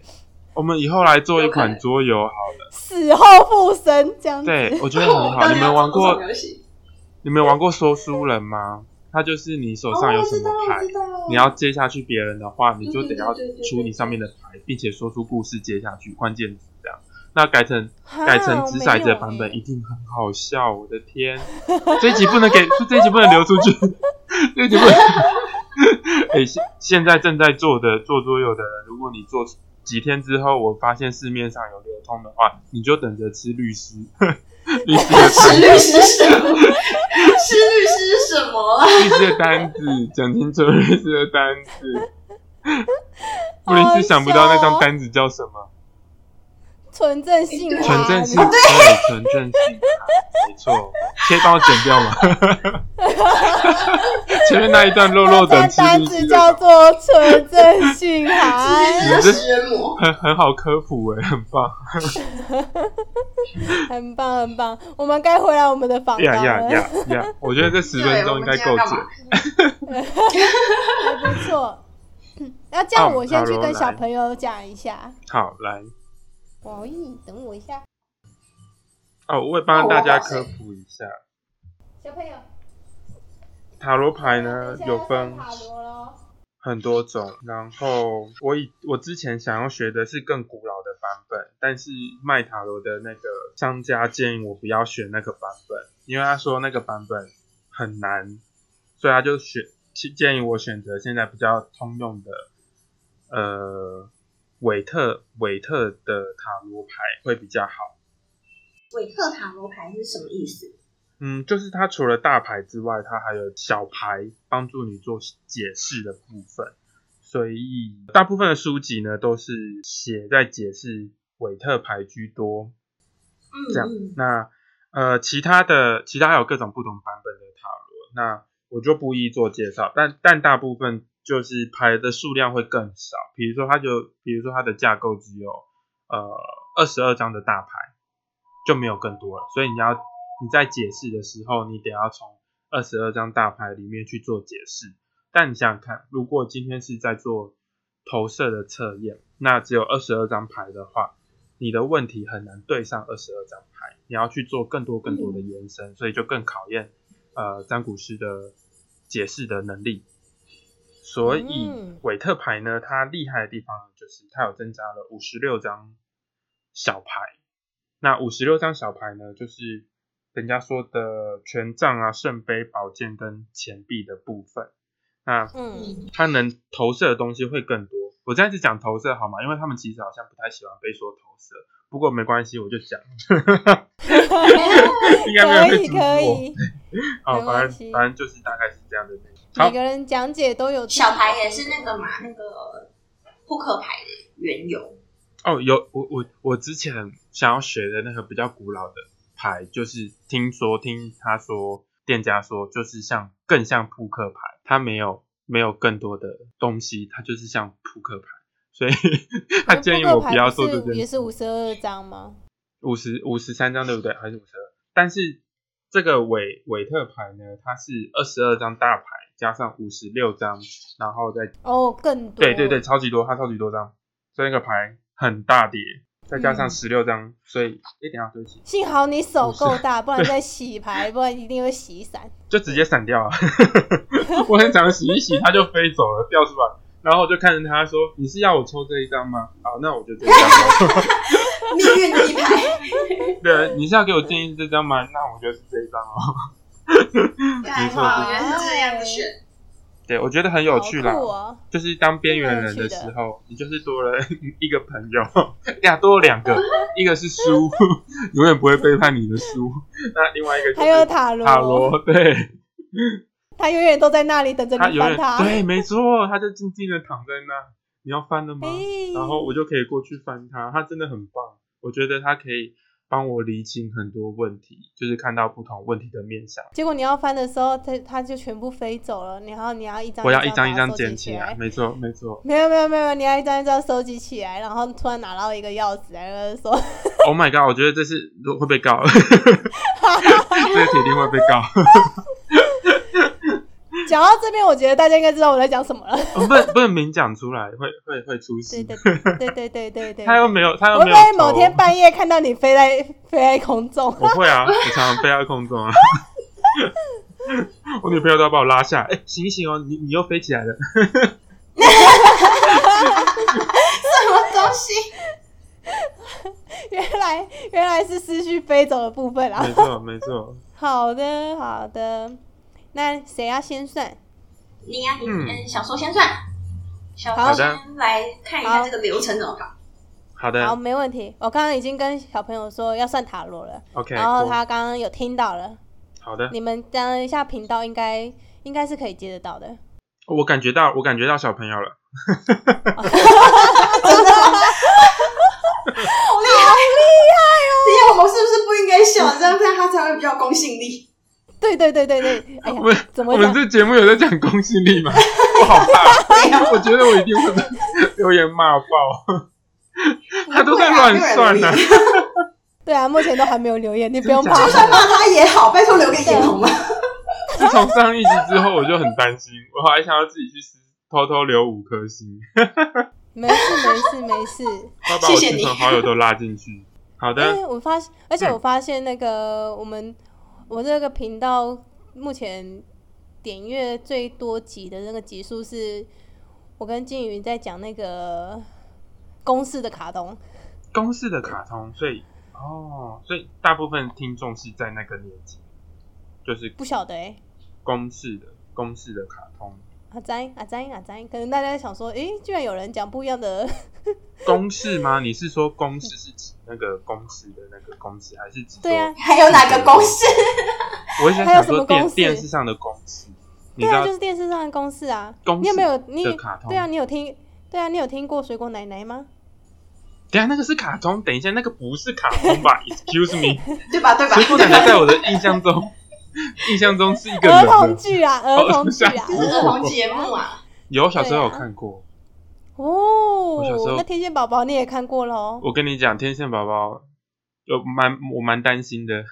Speaker 3: 我们以后来做一款桌游好了，
Speaker 1: 死后复生这样子。
Speaker 3: 对我觉得 很好。你们玩
Speaker 2: 我
Speaker 3: 过
Speaker 2: 不知道要做什么游戏
Speaker 3: 你们玩过说书人吗？它就是你手上有什么
Speaker 2: 哦我
Speaker 3: 牌
Speaker 2: 知，道我知道
Speaker 3: 你要接下去别人的话，你就
Speaker 2: 对
Speaker 3: 得
Speaker 2: 对
Speaker 3: 要
Speaker 2: 对对对
Speaker 3: 出你上面的牌，并且说出故事接下去关键词这样。那改成
Speaker 1: 哈
Speaker 2: 啊
Speaker 3: 改成掷骰子的版
Speaker 1: 我没
Speaker 3: 本
Speaker 1: 有
Speaker 3: 一定很好笑，我的 天！这一集不能给，这一集不能流出去，这一集不能。 哎、现现在正在做的做桌游的人，如果你做几天之后，我发现市面上有流通的话，你就等着吃律师， 律师的
Speaker 2: 吃律师是什么？吃律师是什么啊？
Speaker 3: 律师的 单子，讲清楚律师的单子。布林斯想不到那张
Speaker 1: 哦
Speaker 3: 单子叫什么，
Speaker 1: 纯正性
Speaker 2: 哎对
Speaker 3: 纯
Speaker 1: 寒
Speaker 3: 正性，对，纯正 性，没错。可以帮我剪掉吗？ 前面那一段肉
Speaker 1: 那
Speaker 3: 肉
Speaker 1: 张
Speaker 3: 等吃
Speaker 1: 单
Speaker 3: 律
Speaker 1: 子
Speaker 3: 师
Speaker 1: 叫
Speaker 3: 的，
Speaker 1: 做纯正性
Speaker 2: 吃
Speaker 1: 寒，
Speaker 2: 律师是食人魔。
Speaker 3: 很很好科普哎、很棒。
Speaker 1: 很棒很棒。我们该回来我们的访
Speaker 3: 呀
Speaker 1: 纲
Speaker 3: 呀
Speaker 1: 了，
Speaker 3: 呀呀！ 我觉得这十分钟应该够
Speaker 2: 对我们今天要干嘛。
Speaker 3: 剪
Speaker 1: 还哎不错。嗯那这样
Speaker 3: 哦
Speaker 1: 我先去
Speaker 3: 塔罗
Speaker 1: 跟小
Speaker 3: 来
Speaker 1: 朋友讲一下。
Speaker 3: 好，来
Speaker 1: 哦咦，等我一下，
Speaker 3: 哦，我也帮大家科普一下，
Speaker 1: 小朋友。
Speaker 3: 塔罗牌
Speaker 1: 等
Speaker 3: 呢
Speaker 1: 一下要
Speaker 3: 有
Speaker 1: 上
Speaker 3: 分
Speaker 1: 塔罗咯
Speaker 3: 很多种，然后我以我之前想要学的是更古老的版本，但是卖塔罗的那个商家建议我不要选那个版本，因为他说那个版本很难，所以他就选建议我选择现在比较通用的，呃，韦特韦特的塔罗牌会比较好。
Speaker 2: 韦特塔罗牌是什么意思？
Speaker 3: 嗯，就是它除了大牌之外，它还有小牌帮助你做解释的部分，所以大部分的书籍呢都是写在解释韦特牌居多。这样
Speaker 2: 嗯，
Speaker 3: 那呃，其他的其他还有各种不同版本的塔罗，那我就不一一做介绍，但但大部分就是牌的数量会更少，比如说它就比如说它的架构只有呃二十二张的大牌，就没有更多了，所以你要你在解释的时候，你得要从二十二张大牌里面去做解释。但你想想看，如果今天是在做投射的测验，那只有二十二张牌的话，你的问题很难对上二十二张牌，你要去做更多更多的延伸，所以就更考验呃占卜师的解释的能力。所以
Speaker 1: 嗯
Speaker 3: 韦特牌呢，它厉害的地方就是它有增加了五十六张小牌。那五十六张小牌呢，就是人家说的权杖啊、圣杯、宝剑跟钱币的部分。那
Speaker 1: 嗯，
Speaker 3: 它能投射的东西会更多。我这样子讲投射好吗？因为他们其实好像不太喜欢被说投射，不过没关系，我就讲，
Speaker 2: 嗯
Speaker 3: 应该没有人
Speaker 1: 可
Speaker 3: 会
Speaker 1: 以
Speaker 3: 阻止我
Speaker 1: 可。以，
Speaker 3: 哦，
Speaker 1: 没
Speaker 3: 反
Speaker 1: 关
Speaker 3: 正
Speaker 1: 系
Speaker 3: 反正就是大概是这样的内容。好
Speaker 1: 每个人讲解都有自己的
Speaker 2: 小牌也是那个嘛，那个扑克牌的缘 由。
Speaker 3: 哦，有我我我之前想要学的那个比较古老的牌，就是听说听他说店家说，就是像更像扑克牌，它没有没有更多的东西，它就是像扑克牌，所以 他建议我不要做这
Speaker 1: 哦扑克牌不是
Speaker 3: 件事。
Speaker 1: 也是五十二张吗？
Speaker 3: 五十五十三张对不对？还是五十二？但是这个韦韦特牌呢，它是二十二张大牌加上五十六张，然后再
Speaker 1: 哦，更多。
Speaker 3: 对对对，，超级多，它超级多张，所以那个牌很大叠，再加上
Speaker 1: 嗯
Speaker 3: 十六张，所以哎，等一下对不起，
Speaker 1: 幸好你手够大，不然再洗牌，不 然一定会洗散。
Speaker 3: 就直接散掉啊！ 我很想洗一洗，它就飞走了，掉出来。然后我就看着他说：“你是要我抽这一张吗？好，那我就这 一张咯。
Speaker 2: 命运的一牌，
Speaker 3: 对，你是要给我建议这张吗？那我就是这一张哦。
Speaker 2: 干
Speaker 3: 没错
Speaker 2: 哇，原来是这样子选。
Speaker 3: 对，我觉得很有趣啦。
Speaker 1: 好酷哦！
Speaker 3: 就是当边缘人的时候，你就是多了一个朋友，呀，多了两个，一个是书， 永远不会背叛你的书，那另外一个就
Speaker 1: 还有
Speaker 3: 是
Speaker 1: 塔罗，
Speaker 3: 塔 罗，对，
Speaker 1: 他永远都在那里等着
Speaker 3: 他
Speaker 1: 你
Speaker 3: 永
Speaker 1: 翻
Speaker 3: 远
Speaker 1: 他。
Speaker 3: 对，没错，他就静静的躺在那，你要翻了
Speaker 1: 哎
Speaker 3: 吗？然后我就可以过去翻他，他真的很棒，我觉得他可以帮我理清很多问题，就是看到不同问题的面向，
Speaker 1: 结果你要翻的时候，他他就全部飞走了，然后你要一张
Speaker 3: 我要一
Speaker 1: 张
Speaker 3: 张
Speaker 1: 把它收
Speaker 3: 一张
Speaker 1: 集
Speaker 3: 捡起来，。没错，没错。
Speaker 1: 没有没有没有，你要一张一张收集起来，然后突然拿到一个钥匙，然后就说
Speaker 3: Oh my god！我觉得这是会被告，这个铁定会被告。
Speaker 1: 讲到这边，我觉得大家应该知道我在讲什么了。
Speaker 3: 不能不能明讲出来，会会会出
Speaker 1: 对
Speaker 3: 事。
Speaker 1: 对对对对对对对，
Speaker 3: 他又没有，他又
Speaker 1: 我
Speaker 3: 没
Speaker 1: 会
Speaker 3: 有
Speaker 1: 不会
Speaker 3: 头
Speaker 1: 某天，半夜看到你飞在飞在空中？
Speaker 3: 我会啊，我常常被他控中啊。 我女朋友都要把我拉下来，哎、醒一醒哦，你你又飞起来了。
Speaker 2: 什么东西？
Speaker 1: 原来原来是思绪飞走的部分啊
Speaker 3: 没。错没错，
Speaker 1: 好的好的，那谁要先算？
Speaker 2: 你呀、你
Speaker 3: 嗯
Speaker 2: 嗯，小说先算，小
Speaker 1: 好
Speaker 2: 说先
Speaker 3: 的
Speaker 2: 来看一下这个流程怎 么搞。
Speaker 3: 好
Speaker 1: 好，
Speaker 3: 的
Speaker 1: 没问题。我刚刚已经跟小朋友说要算塔罗了，
Speaker 3: ，OK，
Speaker 1: 然后
Speaker 3: cool，
Speaker 1: 他刚刚有听到了。
Speaker 3: 好的，
Speaker 1: 你们当一下频道应该应该是可以接得到的。
Speaker 3: 我感觉到我感觉到小朋友了，
Speaker 2: 好厉害，好厉害哦！第一，我们是不是不应该笑？这样这样他才会比较有公信力。
Speaker 1: 对对对对 对，哎
Speaker 3: 我们
Speaker 1: 呀，怎
Speaker 3: 我
Speaker 1: 么讲？
Speaker 3: 们这节目有在讲公信力 吗？我好
Speaker 1: 啊
Speaker 3: 怕，我觉得我一定会被留言骂 爆。他都在乱算啊
Speaker 2: 呢、
Speaker 1: 啊
Speaker 3: 呢、
Speaker 1: 对啊，目前都还没有留言，你不用
Speaker 3: 真假
Speaker 1: 怕
Speaker 3: 的。
Speaker 2: 就算骂他也好，拜托留个眼好吗？
Speaker 3: 自从上一集之后，我就很担心，我还想要自己去私偷偷留五颗星，
Speaker 1: 没事没事没事。
Speaker 3: 要把我
Speaker 2: 谢谢
Speaker 3: 亲
Speaker 2: 你
Speaker 3: 朋好友都拉进去。好
Speaker 1: 因
Speaker 3: 的，
Speaker 1: 为我发现，而
Speaker 3: 嗯
Speaker 1: 且我发现那个我们我这个频道目前点阅最多集的那个集数是，我跟金鱼在讲那个公式的卡通。
Speaker 3: 公式的卡通，所以哦，所以大部分听众是在那个年纪，就是
Speaker 1: 不晓得哎、
Speaker 3: 公式的公式的卡通，
Speaker 1: 阿詹阿詹阿詹，可能大家想说，诶、居然有人讲不一样的。
Speaker 3: 公式吗？你是说公式是指那个公式的那个公式，还是指说？
Speaker 1: 对啊，
Speaker 2: 还有哪个公式？
Speaker 3: 我一直在
Speaker 1: 还有
Speaker 3: 想
Speaker 1: 什么
Speaker 3: 说电
Speaker 1: 公式
Speaker 3: 电视上的公式，你
Speaker 1: 对
Speaker 3: 知
Speaker 1: 啊，
Speaker 3: 道
Speaker 1: 就是电视上的公式啊。
Speaker 3: 公式
Speaker 1: 你有没有你
Speaker 3: 的卡通
Speaker 1: 对啊，你有听对啊，你有听过水果奶奶吗？
Speaker 3: 等一下那个是卡通，等一下那个不是卡通 吧？Excuse me，
Speaker 2: 对吧？对吧？
Speaker 3: 水果奶奶在我的印象中， 印象中是一个
Speaker 1: 儿
Speaker 3: 人
Speaker 1: 童
Speaker 3: 的。
Speaker 1: 剧 啊，儿童剧啊
Speaker 3: 我
Speaker 2: 这是
Speaker 3: 想起
Speaker 2: 儿童节目啊，
Speaker 3: 有小时候有看过，
Speaker 1: 哦
Speaker 3: 我小时候，
Speaker 1: 那天线宝宝你也看过喽？
Speaker 3: 我跟你讲，天线宝宝有蛮我蛮担心的，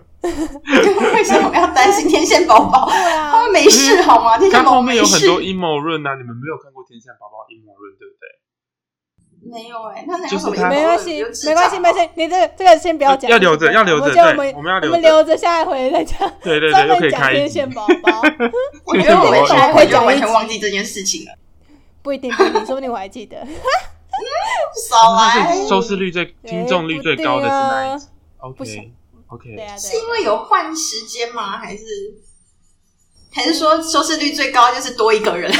Speaker 2: 为什么要担心天线宝宝？
Speaker 1: 对
Speaker 2: 他
Speaker 1: 啊，
Speaker 2: 们没事好 吗？天线
Speaker 3: 但
Speaker 2: 宝
Speaker 3: 后
Speaker 2: 宝
Speaker 3: 面
Speaker 2: 没
Speaker 3: 有很
Speaker 2: 事。
Speaker 3: 多阴谋论啊，你们没有看过天线宝宝阴谋论对不对？
Speaker 2: 没有哎、那哪有
Speaker 3: 就是
Speaker 2: 什么
Speaker 3: 他
Speaker 2: 阴
Speaker 1: 没
Speaker 2: 谋
Speaker 1: 关
Speaker 2: 论
Speaker 1: 系
Speaker 2: 有啊智，
Speaker 1: 没关系，
Speaker 2: 障
Speaker 1: 没关系。你这个这个先不要讲，
Speaker 3: 要留着，要留
Speaker 1: 我
Speaker 3: 着，
Speaker 1: 们就我
Speaker 3: 对，
Speaker 1: 们
Speaker 3: 我们要
Speaker 1: 我
Speaker 3: 留
Speaker 1: 们
Speaker 3: 着，
Speaker 1: 留着下一回再讲，
Speaker 3: 对对
Speaker 1: 专
Speaker 3: 对，又可
Speaker 1: 门
Speaker 3: 以
Speaker 1: 讲
Speaker 3: 开一
Speaker 1: 天
Speaker 3: 集
Speaker 1: 线。宝 宝，
Speaker 2: 我觉得我们下一回就完全忘记这件事情了。
Speaker 1: 不一定，不一定，说不定我还记得。
Speaker 2: 少来，
Speaker 3: 是收视率最、听众率最高的是哪一集
Speaker 1: 啊不行
Speaker 3: ？OK
Speaker 1: 对
Speaker 3: OK，
Speaker 1: 啊，
Speaker 2: 是
Speaker 1: 对啊
Speaker 2: 因为有换时间吗？还是还是说收视率最高就是多一个人？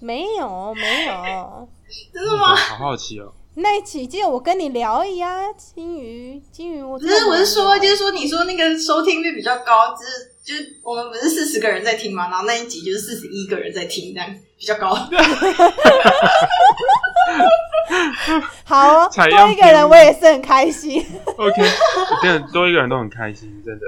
Speaker 1: 没有没有。
Speaker 2: 真的吗？
Speaker 3: 好好奇哦。
Speaker 1: 那一期记得我跟你聊呀，金鱼，金鱼，我
Speaker 2: 不
Speaker 1: 真的
Speaker 2: 是，我是说，
Speaker 1: 蛮
Speaker 2: 就是说，你说那个收听率比较高，就是就是我们不是四十个人在听吗？然后那一集就是四十一个人在听，这样比较 高。
Speaker 1: 好哦，
Speaker 3: 采
Speaker 1: 多
Speaker 3: 样
Speaker 1: 一个人
Speaker 3: 片
Speaker 1: 我也是很开心。
Speaker 3: OK，真的多一个人都很开心， 真的。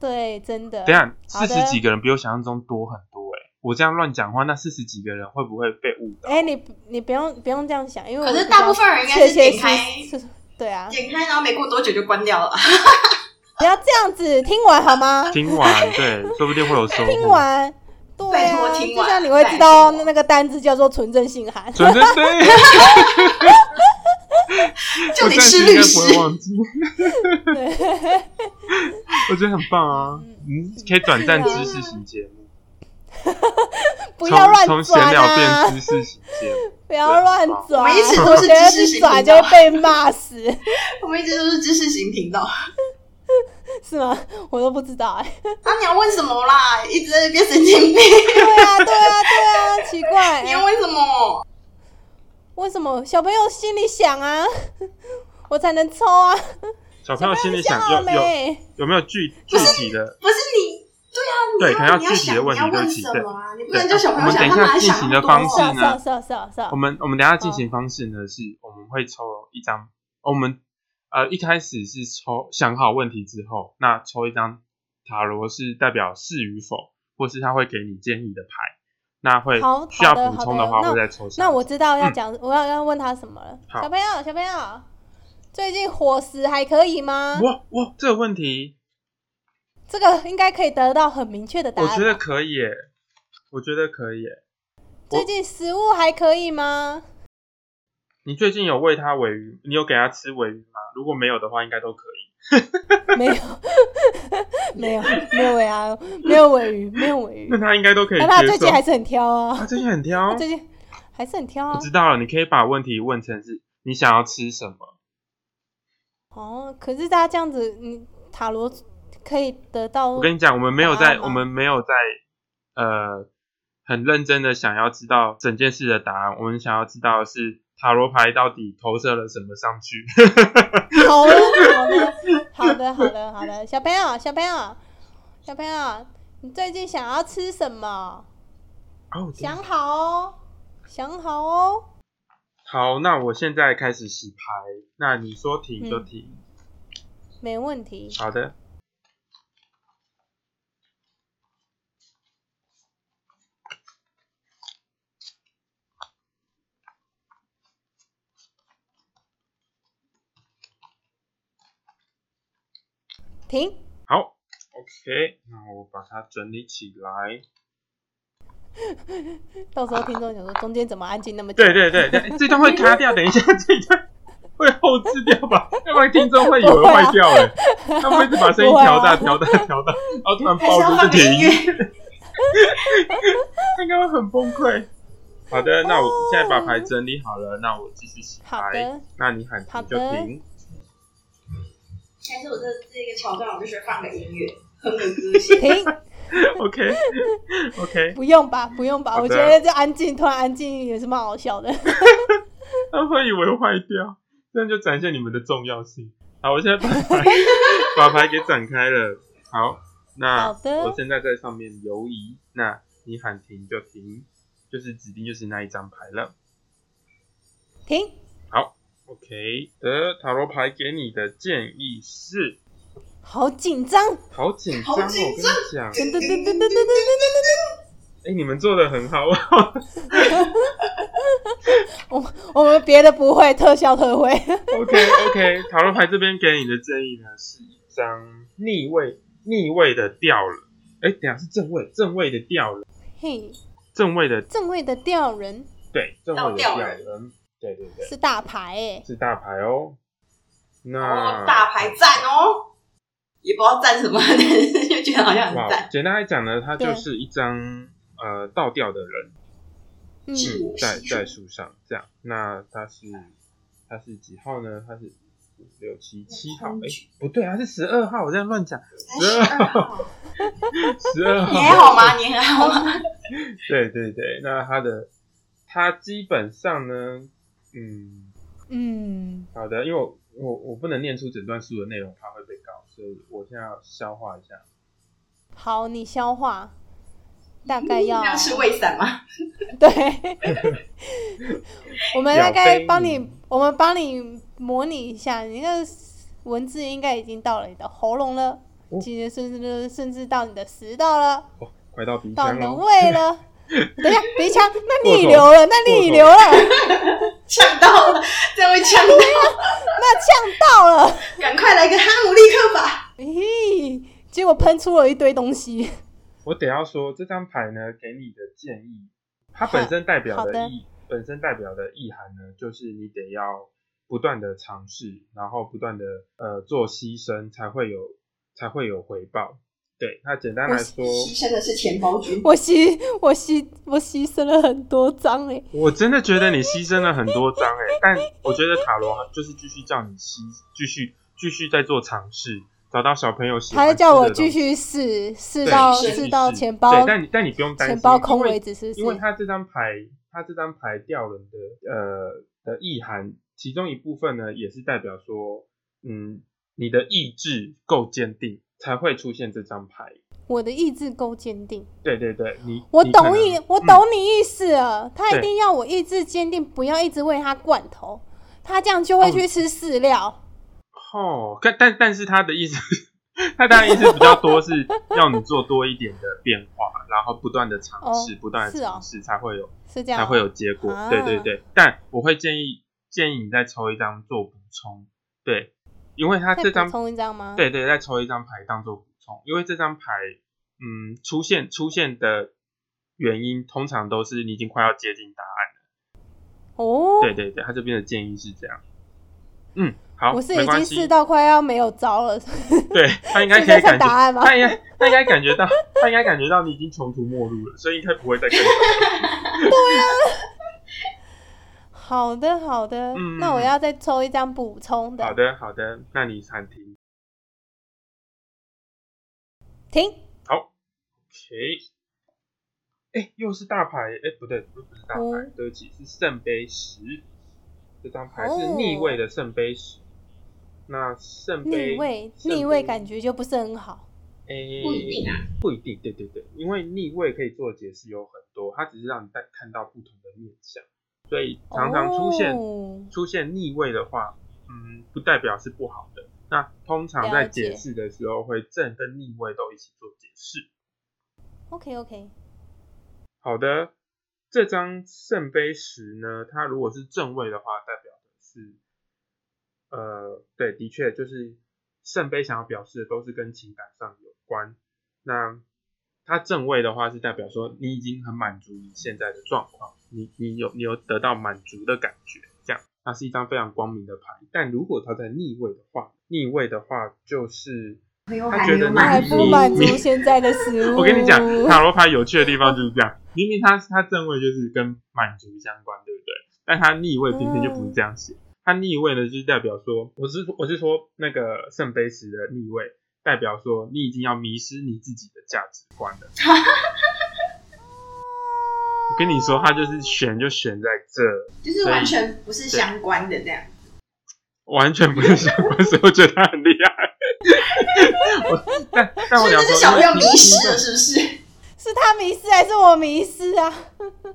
Speaker 1: 对，真的。
Speaker 3: 等一下
Speaker 1: 好
Speaker 3: 四
Speaker 1: 的
Speaker 3: 十几个人比我想象中多很多哎、我这样乱讲话，那四十几个人会不会被误 导？
Speaker 1: 哎、你你不用不用这样想，因为
Speaker 2: 可
Speaker 1: 我
Speaker 2: 是
Speaker 1: 比
Speaker 2: 大
Speaker 1: 较
Speaker 2: 部分人应该是
Speaker 1: 确切
Speaker 2: 点开
Speaker 1: 是是对啊，
Speaker 2: 点开，然后没过多久就关掉了。
Speaker 1: 不要这样子，听完好吗？
Speaker 3: 听完对，说不定会有收
Speaker 1: 听
Speaker 3: 获。
Speaker 1: 完，对
Speaker 2: 拜托
Speaker 1: 啊，
Speaker 2: 听
Speaker 1: 就
Speaker 2: 完
Speaker 1: 像你会
Speaker 2: 拜
Speaker 1: 知道
Speaker 2: 托
Speaker 1: 那个单字叫做纯正信函，
Speaker 3: 准真对，
Speaker 2: 就
Speaker 3: 我
Speaker 2: 得
Speaker 3: 暂时
Speaker 2: 吃
Speaker 3: 应
Speaker 2: 律
Speaker 3: 该
Speaker 2: 师
Speaker 3: 不，会忘记。
Speaker 1: 对，
Speaker 3: 我觉得很棒啊，嗯，可以短暂知识型节目，
Speaker 1: 啊不
Speaker 3: 从
Speaker 1: 要乱
Speaker 3: 从闲
Speaker 1: 转
Speaker 3: 聊
Speaker 1: 啊
Speaker 3: 变！知识啊型节目。
Speaker 1: 不要乱转，啊
Speaker 2: 我们一直都是
Speaker 1: 我觉得
Speaker 2: 知识
Speaker 1: 你
Speaker 2: 型
Speaker 1: 转
Speaker 2: 频
Speaker 1: 就
Speaker 2: 道
Speaker 1: 会被骂死，
Speaker 2: 我们一直都是知识型频道。啊
Speaker 1: 是吗？我都不知道哎、
Speaker 2: 那你要问什么啦？一直在那边神经病，
Speaker 1: 对啊，对啊，对啊，奇 怪、
Speaker 2: 你
Speaker 1: 哎
Speaker 2: 要问什么？
Speaker 1: 为什么小朋友心里想啊， 我才能抽啊？
Speaker 3: 小朋友心里想
Speaker 1: 想好
Speaker 3: 有有
Speaker 1: 没？
Speaker 3: 有没有具具体的？
Speaker 2: 不是你，对
Speaker 3: 对，可能
Speaker 2: 啊，
Speaker 3: 要
Speaker 2: 你要
Speaker 3: 具体的
Speaker 2: 想你
Speaker 3: 问
Speaker 2: 要
Speaker 3: 题
Speaker 2: 问
Speaker 3: 问题。
Speaker 2: 什
Speaker 3: 对，
Speaker 2: 么啊？你不能叫小朋友想，
Speaker 3: 对
Speaker 2: 他哪
Speaker 3: 啊
Speaker 2: 里
Speaker 3: 我们等一下
Speaker 2: 想
Speaker 3: 进行
Speaker 2: 那
Speaker 3: 的
Speaker 2: 么
Speaker 3: 方
Speaker 2: 多
Speaker 1: 是
Speaker 3: 式
Speaker 2: 啊？
Speaker 1: 啊
Speaker 3: 呢
Speaker 1: 是啊是啊是啊是啊
Speaker 3: 我！们我们等一下进行方式呢是，我们会抽一张，我们呃一开始是抽想好问题之后，那抽一张塔罗是代表是与否，或是他会给你建议的牌，那会
Speaker 1: 好
Speaker 3: 需要
Speaker 1: 好的
Speaker 3: 补
Speaker 1: 好
Speaker 3: 充
Speaker 1: 的
Speaker 3: 话
Speaker 1: 那
Speaker 3: 会再抽下去。
Speaker 1: 那我知道要讲，我要要问他什么了。
Speaker 3: 嗯好
Speaker 1: 小朋友，小朋友，最近伙食还可以吗？
Speaker 3: 哇哇这个问题，
Speaker 1: 这个应该可以得到很明确的答
Speaker 3: 我
Speaker 1: 案吧。
Speaker 3: 觉得可以耶，我觉得可以耶。我
Speaker 1: 最近食物还可以吗？
Speaker 3: 你最近有喂它尾鱼？你有给它吃尾鱼吗？如果没有的话，应该都可以。
Speaker 1: 没有， 没有，没有尾啊，没有尾鱼，没有尾鱼
Speaker 3: 那。它应该都可以接
Speaker 1: 但
Speaker 3: 受。
Speaker 1: 他最近还是很挑啊
Speaker 3: 它，最近很挑
Speaker 1: 他，最近还是很挑
Speaker 3: 我
Speaker 1: 啊。
Speaker 3: 知道了，你可以把问题问成是你想要吃什么。
Speaker 1: 哦，可是他这样子，你塔罗可以得到
Speaker 3: 我跟你讲，我们没有在，
Speaker 1: 答案吗哦
Speaker 3: 我们没有在，呃，很认真的想要知道整件事的答案。我们想要知道的是塔罗牌到底投射了什么上去。
Speaker 1: 好了，好的，好的，好的，好的，小朋友，小朋友，小朋友，你最近想要吃什么？
Speaker 3: 哦，天
Speaker 1: 想好哦，想好哦。
Speaker 3: 好，那我现在开始洗牌。那你说停
Speaker 1: 嗯
Speaker 3: 就停。
Speaker 1: 没问题，
Speaker 3: 好的，
Speaker 1: 停。
Speaker 3: 好，OK，那我把它整理起来。
Speaker 1: 到时候听众想说中间怎么安静那么久？
Speaker 3: 对对对， 对这段会卡掉，等一下这段会后置掉 吧，要不然听众会以为坏掉哎、他们会一直把声音调大、调大、调大，然后突然
Speaker 2: 还是
Speaker 3: 爆
Speaker 2: 要
Speaker 3: 出
Speaker 2: 放
Speaker 3: 就
Speaker 2: 个音
Speaker 3: 停，
Speaker 2: 乐？
Speaker 3: 应该会很崩溃。好的，那我现在把牌整理好了，那我继续洗
Speaker 1: 好
Speaker 3: 牌。
Speaker 1: 的，
Speaker 3: 那你喊停就
Speaker 1: 好的
Speaker 3: 停，
Speaker 2: 还是我这这个桥段，我就学放个音乐，哼个歌先。
Speaker 1: 停，
Speaker 3: OK OK，
Speaker 1: 不用吧，不用吧，
Speaker 3: 好的
Speaker 1: 我觉得这安静，突然安静也是蛮好笑的。
Speaker 3: 他们会以为坏掉，这样就展现你们的重要性。好，我现在把 牌把牌给展开了。好，那
Speaker 1: 好的
Speaker 3: 我现在在上面游移，那你喊停就停，就是指定就是那一张牌了。
Speaker 1: 停，
Speaker 3: OK 的，塔罗牌给你的建议是：
Speaker 1: 好紧张，
Speaker 3: 好紧张哦，
Speaker 2: 好紧张
Speaker 3: 我跟你讲，
Speaker 1: 噔噔噔噔噔噔噔噔
Speaker 3: 哎、你们做的很好，
Speaker 1: 噔。我们别的不会，特效特会。
Speaker 3: OK OK，塔 罗牌这边给你的建议呢，是一张逆位逆位的掉了，哎、等一下是正位正位的掉了，
Speaker 1: 嘿，
Speaker 3: 正位的
Speaker 1: 正位的吊人，
Speaker 3: 对正位的
Speaker 2: 倒吊
Speaker 3: 掉
Speaker 2: 人
Speaker 3: 了，对对对，
Speaker 1: 是大牌哎、
Speaker 3: 是大牌哦。那
Speaker 2: 哦，大牌赞哦，也不知道赞什么，但是就觉得好像
Speaker 3: 哇
Speaker 2: 很赞。，
Speaker 3: 简单来讲呢，它就
Speaker 1: 对
Speaker 3: 是一张呃倒吊的人
Speaker 1: 嗯，
Speaker 2: 是
Speaker 3: 嗯在在树上这样。那它是它是几号呢？它是五六七七号，哎、不对，它是十二号，我这样乱讲，
Speaker 2: 十二号，
Speaker 3: 十二
Speaker 2: 你
Speaker 3: 号。
Speaker 2: 还好吗？你还好吗？
Speaker 3: 对对对，那它的它基本上呢，嗯，
Speaker 1: 嗯，
Speaker 3: 好的，因为我我我不能念出诊断书的内容，怕会被告，所以我现在要消化一下。
Speaker 1: 好，你消化，大概要
Speaker 2: 这样是胃散吗？
Speaker 1: 对，我们大
Speaker 3: 要
Speaker 1: 概
Speaker 3: 飞
Speaker 1: 帮你
Speaker 3: 你，
Speaker 1: 我们帮你模拟一下，你那个文字应该已经到了你的喉咙了
Speaker 3: 哦，
Speaker 1: 今天甚至甚至到你的食道了，
Speaker 3: 哦，快到鼻
Speaker 1: 到
Speaker 3: 腔
Speaker 1: 你的
Speaker 3: 了，
Speaker 1: 胃了。 等一下，鼻腔，那
Speaker 3: 过
Speaker 1: 逆
Speaker 3: 头
Speaker 1: 流了，那
Speaker 3: 过
Speaker 1: 逆
Speaker 3: 头
Speaker 1: 流了，
Speaker 2: 呛到了，这位呛到，
Speaker 1: 那呛到了，
Speaker 2: 赶快来个哈姆立克吧！
Speaker 1: 咦，结果喷出了一堆东西。
Speaker 3: 我得要说这张牌呢，给你的建议，它本身代表
Speaker 1: 好的
Speaker 3: 意，本身代表的意涵呢，就是你得要不断的尝试，然后不断的呃做牺牲，才会有才会有回报。对，那简单来说，
Speaker 2: 牺牲的是钱包君，
Speaker 1: 我牺，我牺，我牺牲了很多张哎、
Speaker 3: 我真的觉得你牺牲了很多张哎、但我觉得塔罗就是继续叫你牺，继续继续在做尝试，找到小朋友喜欢
Speaker 1: 他
Speaker 3: 吃
Speaker 1: 在
Speaker 3: 的
Speaker 1: 叫我继
Speaker 3: 东
Speaker 1: 续
Speaker 3: 西
Speaker 1: 试，试
Speaker 3: 对
Speaker 1: 到
Speaker 3: 继续
Speaker 1: 试到
Speaker 3: 试
Speaker 1: 钱包
Speaker 3: 对，但你但你不用担心，
Speaker 1: 钱包空
Speaker 3: 因为
Speaker 1: 为止，是不
Speaker 3: 因为
Speaker 1: 是？
Speaker 3: 他这张牌，他这张牌吊人的呃的意涵，其中一部分呢，也是代表说，嗯，你的意志够坚定，才会出现这张牌。
Speaker 1: 我的意志够坚定。
Speaker 3: 对对对，你
Speaker 1: 我
Speaker 3: 你可
Speaker 1: 懂
Speaker 3: 能
Speaker 1: 你，我
Speaker 3: 嗯
Speaker 1: 懂你意思了。他一
Speaker 3: 对
Speaker 1: 定要我意志坚定，不要一直喂他罐头，他这样就会
Speaker 3: 哦
Speaker 1: 去吃饲料。
Speaker 3: 哦，但但但是他的意思， 他当然意思比较多是要你做多一点的变化，然后不断的尝试，
Speaker 1: 哦
Speaker 3: 不断的
Speaker 1: 是哦
Speaker 3: 尝试才会有
Speaker 1: 是这样
Speaker 3: 才
Speaker 1: 吗，
Speaker 3: 会有结果。
Speaker 1: 啊
Speaker 3: 对对对，但我会建议建议你再抽一张做补充，对，因为他
Speaker 1: 再
Speaker 3: 这张
Speaker 1: 补充一张吗？，
Speaker 3: 对对，再抽一张牌当做补充，因为这张牌，嗯，出现出现的原因通常都是你已经快要接近答案了。
Speaker 1: 哦，
Speaker 3: 对对对，他这边的建议是这样。嗯，好，
Speaker 1: 我是
Speaker 3: 没
Speaker 1: 已
Speaker 3: 关
Speaker 1: 经
Speaker 3: 系
Speaker 1: 试到快要没有招了，
Speaker 3: 对他应该
Speaker 1: 这
Speaker 3: 可以
Speaker 1: 就算
Speaker 3: 感觉，
Speaker 1: 答案吗
Speaker 3: 他应该他应该感觉到，他应该感觉到你已经穷途末路了，所以应该不会再跟你。
Speaker 1: 好的，好的，
Speaker 3: 嗯
Speaker 1: 那我要再抽一张补充 的。
Speaker 3: 好，的好的，那你暂停。
Speaker 1: 停。
Speaker 3: 好，OK。哎，又是大牌，哎，不对，不是大牌，
Speaker 1: 哦
Speaker 3: 对不起，是圣杯十。这张牌是逆位的圣杯十。那圣杯
Speaker 1: 逆位，
Speaker 3: 圣杯
Speaker 1: 逆位感觉就不是很好。
Speaker 3: 哎
Speaker 2: 不一定啊，
Speaker 3: 不一定，对对对，因为逆位可以做的解释有很多，它只是让你带看到不同的面相，所以常常出现、
Speaker 1: 哦
Speaker 3: 出现逆位的话，嗯，不代表是不好的。那通常在
Speaker 1: 了解
Speaker 3: 解释的时候会正跟逆位都一起做解释。
Speaker 1: OK OK，
Speaker 3: 好的，这张圣杯十呢，它如果是正位的话，代表的是，呃，对，的确就是圣杯想要表示的都是跟情感上有关。那它正位的话是代表说你已经很满足你现在的状况，你你有你有得到满足的感觉，这样，它是一张非常光明的牌。但如果它在逆位的话，逆位的话就是
Speaker 2: 没有
Speaker 3: 他
Speaker 2: 还
Speaker 3: 觉
Speaker 2: 没
Speaker 3: 得
Speaker 2: 有
Speaker 3: 你
Speaker 1: 还
Speaker 2: 满
Speaker 1: 不
Speaker 2: 足，
Speaker 1: 满足
Speaker 3: 你
Speaker 1: 现在的食物。
Speaker 3: 我跟你讲，
Speaker 2: 哦
Speaker 3: 塔罗牌有趣的地方就是这样，明明它它正位就是跟满足相关，对不对？但它逆位偏偏就不是这样写，
Speaker 2: 嗯
Speaker 3: 它逆位呢就是代表说，我是我是说那个圣杯十的逆位，代表说你已经要迷失你自己的价值观 了。我跟你说，它就是悬就悬在这，
Speaker 2: 就是完全不是相关的这样。
Speaker 3: 完全不是相关，所以我觉得它很厉害。 我但但
Speaker 2: 所
Speaker 3: 我
Speaker 2: 以
Speaker 3: 想
Speaker 2: 这是小
Speaker 3: 说，
Speaker 2: 朋友迷失
Speaker 3: 因为
Speaker 2: 了，是不 是？
Speaker 1: 是他迷失还是我迷失啊？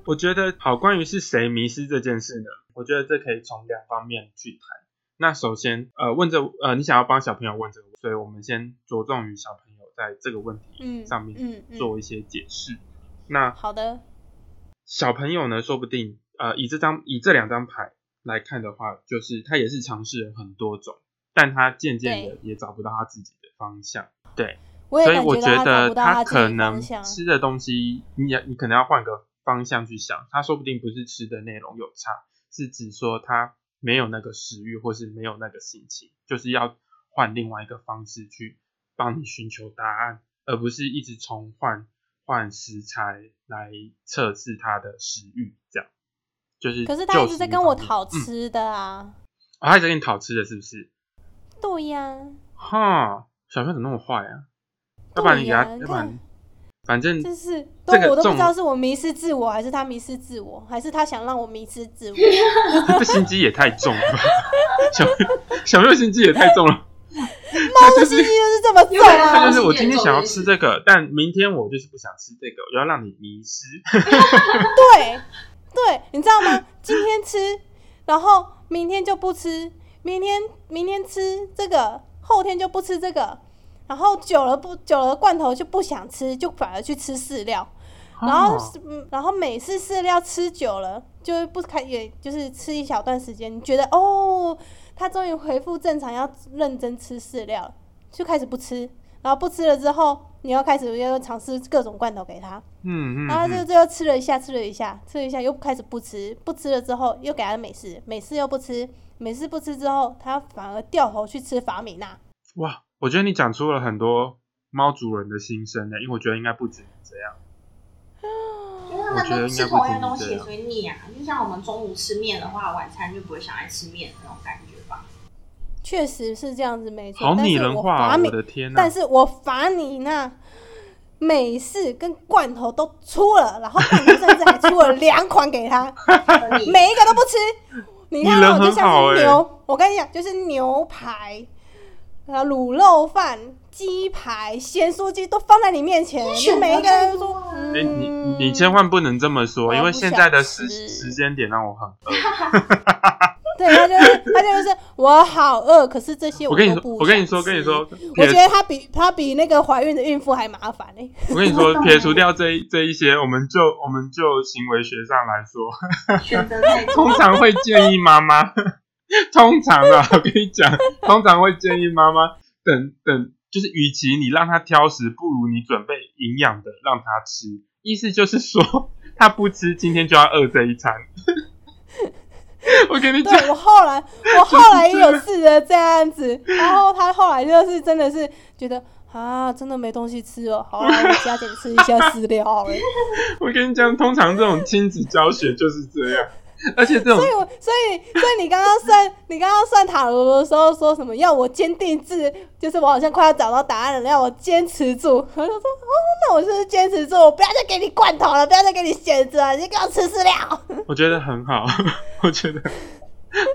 Speaker 3: 我觉得好，关于是谁迷失这件事呢？我觉得这可以从两方面去谈。那首先，呃，问这呃，你想要帮小朋友问这个，所以我们先着重于小朋友在这个问题
Speaker 1: 嗯，
Speaker 3: 上面
Speaker 1: 嗯，嗯
Speaker 3: 做一些解释。那
Speaker 1: 好的，
Speaker 3: 小朋友呢，说不定呃，以这张以这两张牌来看的话，就是他也是尝试了很多种，但他渐渐的也找不到他自己的方向。对，
Speaker 1: 我也
Speaker 3: 所以
Speaker 1: 感
Speaker 3: 我
Speaker 1: 到
Speaker 3: 觉
Speaker 1: 他找
Speaker 3: 得
Speaker 1: 不到他自己
Speaker 3: 可
Speaker 1: 的
Speaker 3: 能
Speaker 1: 方向。
Speaker 3: 吃的东西，你也你可能要换个方向去想，他说不定不是吃的内容有差，是指说他没有那个食欲，或是没有那个心情，就是要换另外一个方式去帮你寻求答案，而不是一直重换换食材来测试他的食欲，这样就是就食欲方面。
Speaker 1: 可是他一直在跟我讨
Speaker 3: 嗯
Speaker 1: 吃的啊，
Speaker 3: 啊，他一直跟你讨吃的，是不是？
Speaker 1: 对呀、
Speaker 3: 哈，小朋友怎么那么坏啊？要不然你给他，
Speaker 1: 对呀
Speaker 3: 要不然反正
Speaker 1: 就是都、
Speaker 3: 这个
Speaker 1: 我都不
Speaker 3: 重
Speaker 1: 知道是我迷失自我，还是他迷失自我，还是他想让我迷失自我。
Speaker 3: 这心机也太重了吧？ 小小朋友心机也太重了。 他
Speaker 1: 这
Speaker 3: 就
Speaker 1: 心机
Speaker 3: 是
Speaker 1: 就是这么重
Speaker 3: 他
Speaker 1: 啊
Speaker 3: 就是！我今天想要吃这个，但明天我就是不想吃这个，我要让你迷失。
Speaker 1: 对对，你知道吗？今天吃，然后明天就不吃，明天明天吃这个，后天就不吃这个，然后久了不久了罐头就不想吃，就反而去吃饲料， 然后、
Speaker 3: 哦
Speaker 1: 嗯，然后每次饲料吃久了，就是不开，也就是吃一小段时间，你觉得哦，他终于恢复正常，要认真吃饲料了，就开始不吃，然后不吃了之后，你要开始又尝试各种罐头给他，
Speaker 3: 嗯嗯
Speaker 1: 然后就
Speaker 3: 嗯，
Speaker 1: 最后吃了一下，吃了一下，吃了一下，又开始不吃，不吃了之后又给他美式，美式又不吃，美式不吃之后，他反而掉头去吃法米娜。
Speaker 3: 哇，我觉得你讲出了很多猫主人的心声呢，因为我觉得应该不止这样。
Speaker 2: 因为他们都吃同样东西，所以腻啊。就像我们中午吃面的话，晚餐就不会想再吃面那种感觉吧。
Speaker 1: 确实是这样子，没错。
Speaker 3: 好
Speaker 1: 但
Speaker 3: 拟
Speaker 1: 是
Speaker 3: 人
Speaker 1: 我
Speaker 3: 化、
Speaker 1: 法
Speaker 3: 哦，
Speaker 1: 米
Speaker 3: 我的天呐、
Speaker 1: 但是我罚你呢，美式跟罐头都出了，然后罐头甚至还出了两款给他，
Speaker 2: 和你
Speaker 1: 每一个都不吃。你看
Speaker 3: 你人
Speaker 1: 哦，就
Speaker 3: 很好
Speaker 1: 像是
Speaker 3: 欸
Speaker 1: 牛，我跟你讲，就是牛排、啊卤肉饭、鸡排、咸酥鸡都放在你面前，
Speaker 2: 选
Speaker 1: 就
Speaker 2: 择
Speaker 1: 每一个人都
Speaker 2: 太多啊
Speaker 1: 说
Speaker 2: 了，
Speaker 1: 嗯
Speaker 3: 哎、你你千万不能这么
Speaker 1: 我
Speaker 3: 说，
Speaker 1: 不
Speaker 3: 因为现在的
Speaker 1: 想
Speaker 3: 时
Speaker 1: 吃
Speaker 3: 时间点让我很饿。
Speaker 1: 对，他就是他 就是我好饿，可是这些
Speaker 3: 我跟你
Speaker 1: 都
Speaker 3: 说，
Speaker 1: 不
Speaker 3: 我跟你说，
Speaker 1: 想
Speaker 3: 跟你
Speaker 1: 吃
Speaker 3: 说，
Speaker 1: 我
Speaker 3: 撇
Speaker 1: 觉得他比他比那个怀孕的孕妇还麻烦欸 呢、
Speaker 3: 我跟你 说，撇除掉这一这一些，我们就我们就行为学上来说，
Speaker 2: 选择太 多
Speaker 3: 通。常会建议妈 妈，通常啊，我跟你讲，通常会建议妈妈等等，就是与其你让她挑食，不如你准备营养的让她吃。意思就是说， 她不吃，今天就要饿这一餐。 我跟你讲，
Speaker 1: 对我后来，我后来也有试着这样 子，然后他后来就是真的是觉得啊，真的没东西吃了，好啦，我加减吃一下饲料好了。
Speaker 3: 我跟你讲，通常这种亲子教学就是这样，而且 这种
Speaker 1: 所以我，所以，所以你刚刚算， 你刚刚算塔罗的时候说什么？要我坚定自，就是我好像快要找到答案了，要我坚持住。 我就说，哦，那我就是坚持住，我不要再给你罐头了，不要再给你选择了，你就给我吃饲料。
Speaker 3: 我觉得很好，我觉得，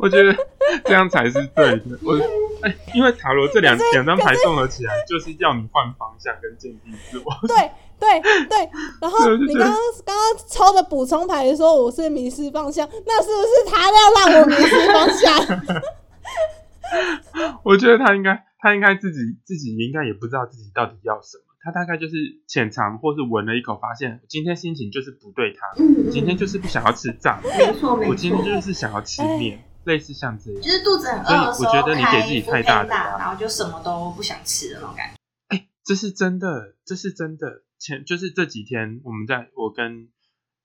Speaker 3: 我觉得这样才是对的。我哎、因为塔罗这两两张牌综合起来，就是要你换方向跟坚定自我。
Speaker 1: 对对对，然后
Speaker 3: 对就
Speaker 1: 你
Speaker 3: 觉
Speaker 1: 刚
Speaker 3: 得
Speaker 1: 刚刚刚抽的补充牌说我是迷失方向，那是不是他要让我迷失方向？
Speaker 3: 我觉得他应该，他应该自己自己应该也不知道自己到底要什么。他大概就是浅尝或是闻了一口，发现今天心情就是不对他，
Speaker 2: 嗯
Speaker 3: 今天就是不想要吃炸的，
Speaker 2: 没错没
Speaker 3: 我今天
Speaker 2: 错，
Speaker 3: 就是想要吃面，类似像这样
Speaker 2: 就。是肚子很饿的时候
Speaker 3: 所以我觉得你给自己太大
Speaker 2: 开 Foodpanda，
Speaker 3: 的压力
Speaker 2: 然后就什么都不想吃的那种感觉。
Speaker 3: 这是真的，这是真的。前就是这几天我们在我跟，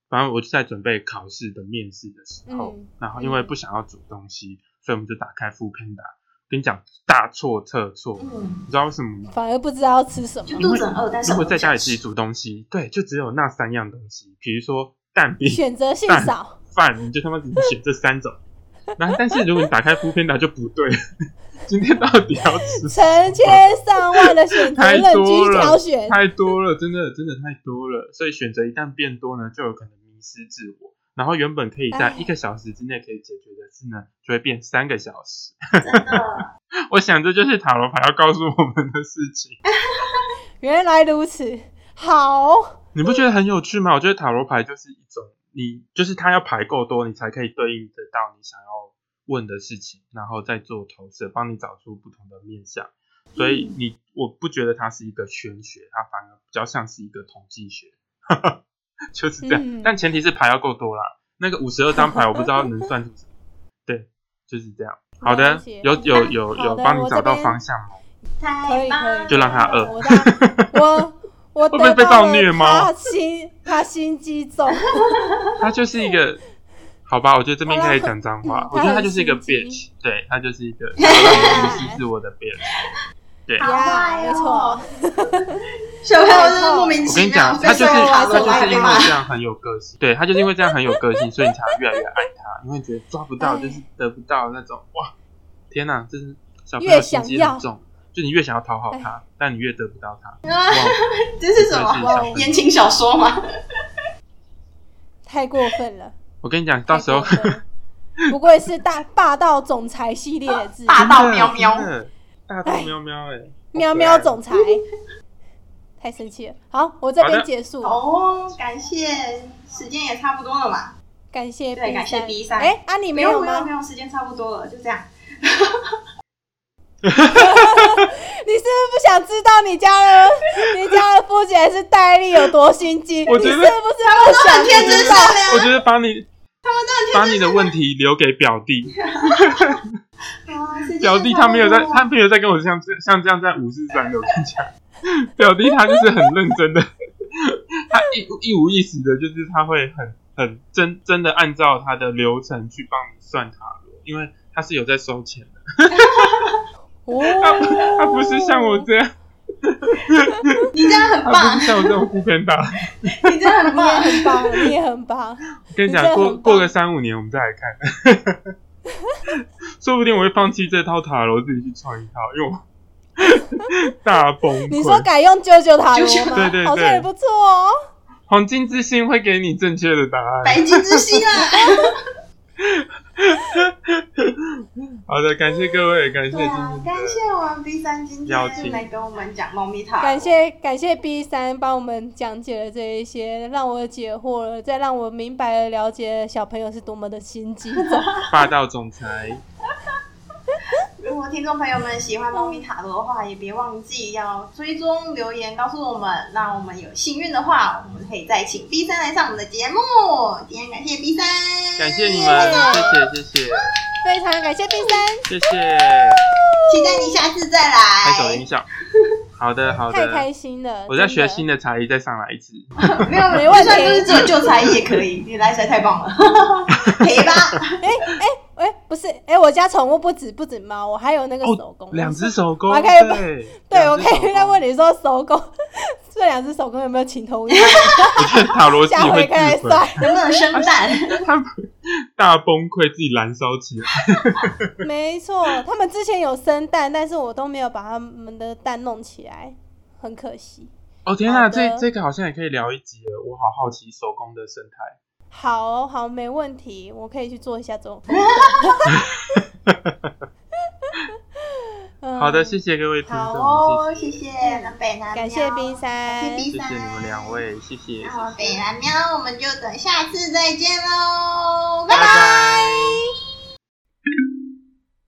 Speaker 3: 反正我就在准备考试的面试的时候，
Speaker 1: 嗯
Speaker 3: 然后因为
Speaker 1: 嗯
Speaker 3: 不想要煮东西，所以我们就打开 f o o p a n d a 跟你讲大错特错，
Speaker 2: 嗯，
Speaker 3: 你知道为什么吗？
Speaker 1: 反而不知道要吃什
Speaker 2: 就
Speaker 1: 么，
Speaker 3: 因
Speaker 2: 肚
Speaker 3: 为
Speaker 2: 子很饿，但是
Speaker 3: 如果在家里
Speaker 2: 吃
Speaker 3: 自己煮东西，对，就只有那三样东西，比如说蛋饼、
Speaker 1: 选择性
Speaker 3: 蛋
Speaker 1: 少。
Speaker 3: 饭，你就他妈只能选这三种。 然后，但是如果你打开 f o o p a n d a 就不对了， 今天到底要吃
Speaker 1: 成千上万的选择
Speaker 3: 太
Speaker 1: 任
Speaker 3: 多
Speaker 1: 君
Speaker 3: 了
Speaker 1: 挑选，
Speaker 3: 太多了，真的真的太多了。所以选择一旦变多呢，就有可能迷失自我。然后原本可以在
Speaker 1: 哎
Speaker 3: 一个小时之内可以解决的事呢，就会变三个小时。
Speaker 2: 真的，
Speaker 3: 我想这就是塔罗牌要告诉我们的事情。
Speaker 1: 原来如此。好，
Speaker 3: 你不觉得很有趣吗？我觉得塔罗牌就是一种，你就是它要牌够多，你才可以对应得到你想要问的事情，然后再做投射，帮你找出不同的面向。所以你，我不觉得它是一个玄学，它反而比较像是一个统计学， 就是这样。
Speaker 1: 嗯
Speaker 3: 但前提是牌要够多啦。那个五十二张牌，我不知道能算出什么。对，就是这样。好
Speaker 1: 了
Speaker 3: 的，
Speaker 1: 解
Speaker 3: 有有有
Speaker 1: 好
Speaker 3: 有
Speaker 1: 的
Speaker 3: 帮
Speaker 1: 我
Speaker 3: 你
Speaker 1: 这
Speaker 3: 找到
Speaker 1: 边
Speaker 3: 方向吗？
Speaker 1: 可
Speaker 2: 太
Speaker 1: 以
Speaker 2: 棒
Speaker 1: 可以，
Speaker 2: 了，
Speaker 3: 就让他饿
Speaker 1: 我大 我我
Speaker 3: 会不会
Speaker 1: 得
Speaker 3: 被
Speaker 1: 到
Speaker 3: 暴虐
Speaker 1: 了
Speaker 3: 吗
Speaker 1: 他心他心机重，
Speaker 3: 它就是一个，好吧，我觉得这边
Speaker 1: 好啦
Speaker 3: 可以讲脏话
Speaker 1: 嗯。
Speaker 3: 我觉得
Speaker 1: 他
Speaker 3: 他
Speaker 1: 很
Speaker 3: 就是一个
Speaker 1: 心机
Speaker 3: bitch，对他就是一个无视自我的 bitch。对，
Speaker 2: 好
Speaker 1: 呀，
Speaker 2: 坏哦
Speaker 1: 没错，
Speaker 2: 小朋友就是莫名
Speaker 3: 我
Speaker 2: 其
Speaker 3: 跟你讲
Speaker 2: 妙，，
Speaker 3: 他
Speaker 2: 被
Speaker 3: 就是
Speaker 2: 生
Speaker 1: 我
Speaker 2: 卡
Speaker 1: 还
Speaker 3: 他
Speaker 1: 是
Speaker 2: 了，
Speaker 1: 我
Speaker 3: 就是
Speaker 1: 爱
Speaker 3: 因为
Speaker 1: 他
Speaker 3: 这样很有个性，对他就是因为这样很有个性，所以你才越来越爱他，因为觉得抓不到
Speaker 1: 哎
Speaker 3: 就是得不到那种哇，天哪，这是小朋
Speaker 1: 越
Speaker 3: 友心
Speaker 1: 想
Speaker 3: 机
Speaker 1: 要哎
Speaker 3: 很重，就你越想要讨好他，但你越得不到他。
Speaker 2: 啊
Speaker 3: 哇，
Speaker 2: 这是什么
Speaker 3: 真的是小朋友
Speaker 2: 言情小说吗？
Speaker 1: 太过分了。
Speaker 3: 我跟你讲，到时 候
Speaker 1: 太过分了不愧是大霸道总裁系列之一
Speaker 2: 霸道喵喵
Speaker 3: 真的大头喵喵哎，
Speaker 1: 喵喵总裁，太生气了。好，我这边结束，
Speaker 2: 哦，感谢，时间也差不多了嘛。
Speaker 1: 感谢
Speaker 2: 对
Speaker 1: B
Speaker 2: 感谢 B 三
Speaker 1: 哎，啊，你没有
Speaker 2: 不用不
Speaker 1: 吗？
Speaker 2: 用，时间差不多了，就这样。
Speaker 1: 你是不是不想知道你家的你家的夫姐是戴丽有多心机？
Speaker 3: 我
Speaker 1: 你
Speaker 3: 觉
Speaker 1: 是
Speaker 3: 得
Speaker 1: 不是不想
Speaker 2: 天真
Speaker 1: 知
Speaker 2: 善
Speaker 1: 道？
Speaker 2: 良，
Speaker 3: 我觉得把你把你的问题留给表 弟，
Speaker 2: 啊时间
Speaker 3: 表弟
Speaker 2: 差不
Speaker 3: 他没有在
Speaker 2: 多了
Speaker 3: 他没有在跟我像这像这样在五四三的，我跟你讲，表弟他就是很认真的， 他一一五一十的，就是他会很很真真的按照他的流程去帮你算塔罗，因为他是有在收钱的，
Speaker 1: 哦，
Speaker 3: 他不是像我这样，
Speaker 2: 你这样很
Speaker 3: 他
Speaker 2: 棒
Speaker 3: 不是，像我这种副偏打。
Speaker 2: 你这样
Speaker 1: 你
Speaker 2: 很
Speaker 1: 也
Speaker 2: 棒。
Speaker 1: 很棒，你也很棒。
Speaker 3: 跟你
Speaker 1: 你真
Speaker 3: 讲，
Speaker 1: 的很
Speaker 3: 过
Speaker 1: 棒
Speaker 3: 过个三五年，我们再来看， 说不定我会放弃这套塔罗，自己去创一套，因为我 大崩溃。
Speaker 1: 你说改用九九塔罗
Speaker 2: 啾啾
Speaker 1: 吗？
Speaker 3: 对对对
Speaker 1: 好像也不错哦。
Speaker 3: 黄金之星会给你正确的答案。
Speaker 2: 白金之星 啊！
Speaker 3: 好的，感谢各位，感谢今
Speaker 2: 对
Speaker 3: 天
Speaker 2: 啊
Speaker 3: 的，
Speaker 2: 感谢我们 B 三今
Speaker 3: 邀
Speaker 2: 天
Speaker 3: 请
Speaker 2: 来跟我们讲猫咪塔，
Speaker 1: 感谢感谢 B 三帮我们讲解了这一些，让我解惑了，再让我明白了了解小朋友是多么的心机 重。
Speaker 3: 霸道总裁。
Speaker 2: 如果听众朋友们喜欢猫咪塔罗的话，也别忘记要追踪留言告诉我们。那我们有幸运的话，我们可以再请 B 三来上我们的节目。今天感谢 B 三，
Speaker 3: 感谢你们，谢谢，谢
Speaker 1: 非常感谢 B 三，
Speaker 3: 谢，谢谢。
Speaker 2: 期待你下次再
Speaker 3: 开手音
Speaker 2: 来。
Speaker 3: 效。好的，好
Speaker 1: 太
Speaker 3: 的
Speaker 1: 开。心了。
Speaker 3: 我
Speaker 1: 真
Speaker 3: 在
Speaker 1: 的
Speaker 3: 学新的才艺，再上来一次。
Speaker 2: 没有
Speaker 1: 没问题
Speaker 2: 就算就是只有旧才艺也可以，你来实在太棒 了， 陪吧。
Speaker 1: 哎、不是，哎、我家宠物不止不止猫，我还有那个手工。
Speaker 3: 哦两只手工，
Speaker 1: 我还可以
Speaker 3: 对，
Speaker 1: 对，我可以再
Speaker 3: 在
Speaker 1: 问你说手工 这两只手工有没有情投意合？
Speaker 3: 我觉得塔罗自己
Speaker 1: 下
Speaker 3: 会
Speaker 1: 回可以来
Speaker 3: 自毁。
Speaker 1: 算。
Speaker 2: 能不能生蛋？
Speaker 3: 他们大崩溃，自己燃烧起来。
Speaker 1: 没错，他们之前有生蛋，但是我都没有把他们的蛋弄起来，很可惜。
Speaker 3: 哦天哪，
Speaker 1: 好的
Speaker 3: 这这个好像也可以聊一集了，我好好奇手工的生态。
Speaker 1: 好哦好，没问题，我可以去做一下这 种。嗯
Speaker 3: 好的，谢谢各位听众，
Speaker 2: 好 哦，
Speaker 3: 谢
Speaker 2: 谢
Speaker 3: 谢
Speaker 2: 谢南北南喵，
Speaker 1: 感谢 B 三
Speaker 2: 谢，谢
Speaker 3: 谢谢你们两位，谢谢，谢
Speaker 2: 那我
Speaker 3: 谢
Speaker 2: 北南喵，我们就等下次再见喽，拜
Speaker 3: 拜
Speaker 2: 拜。
Speaker 3: 拜。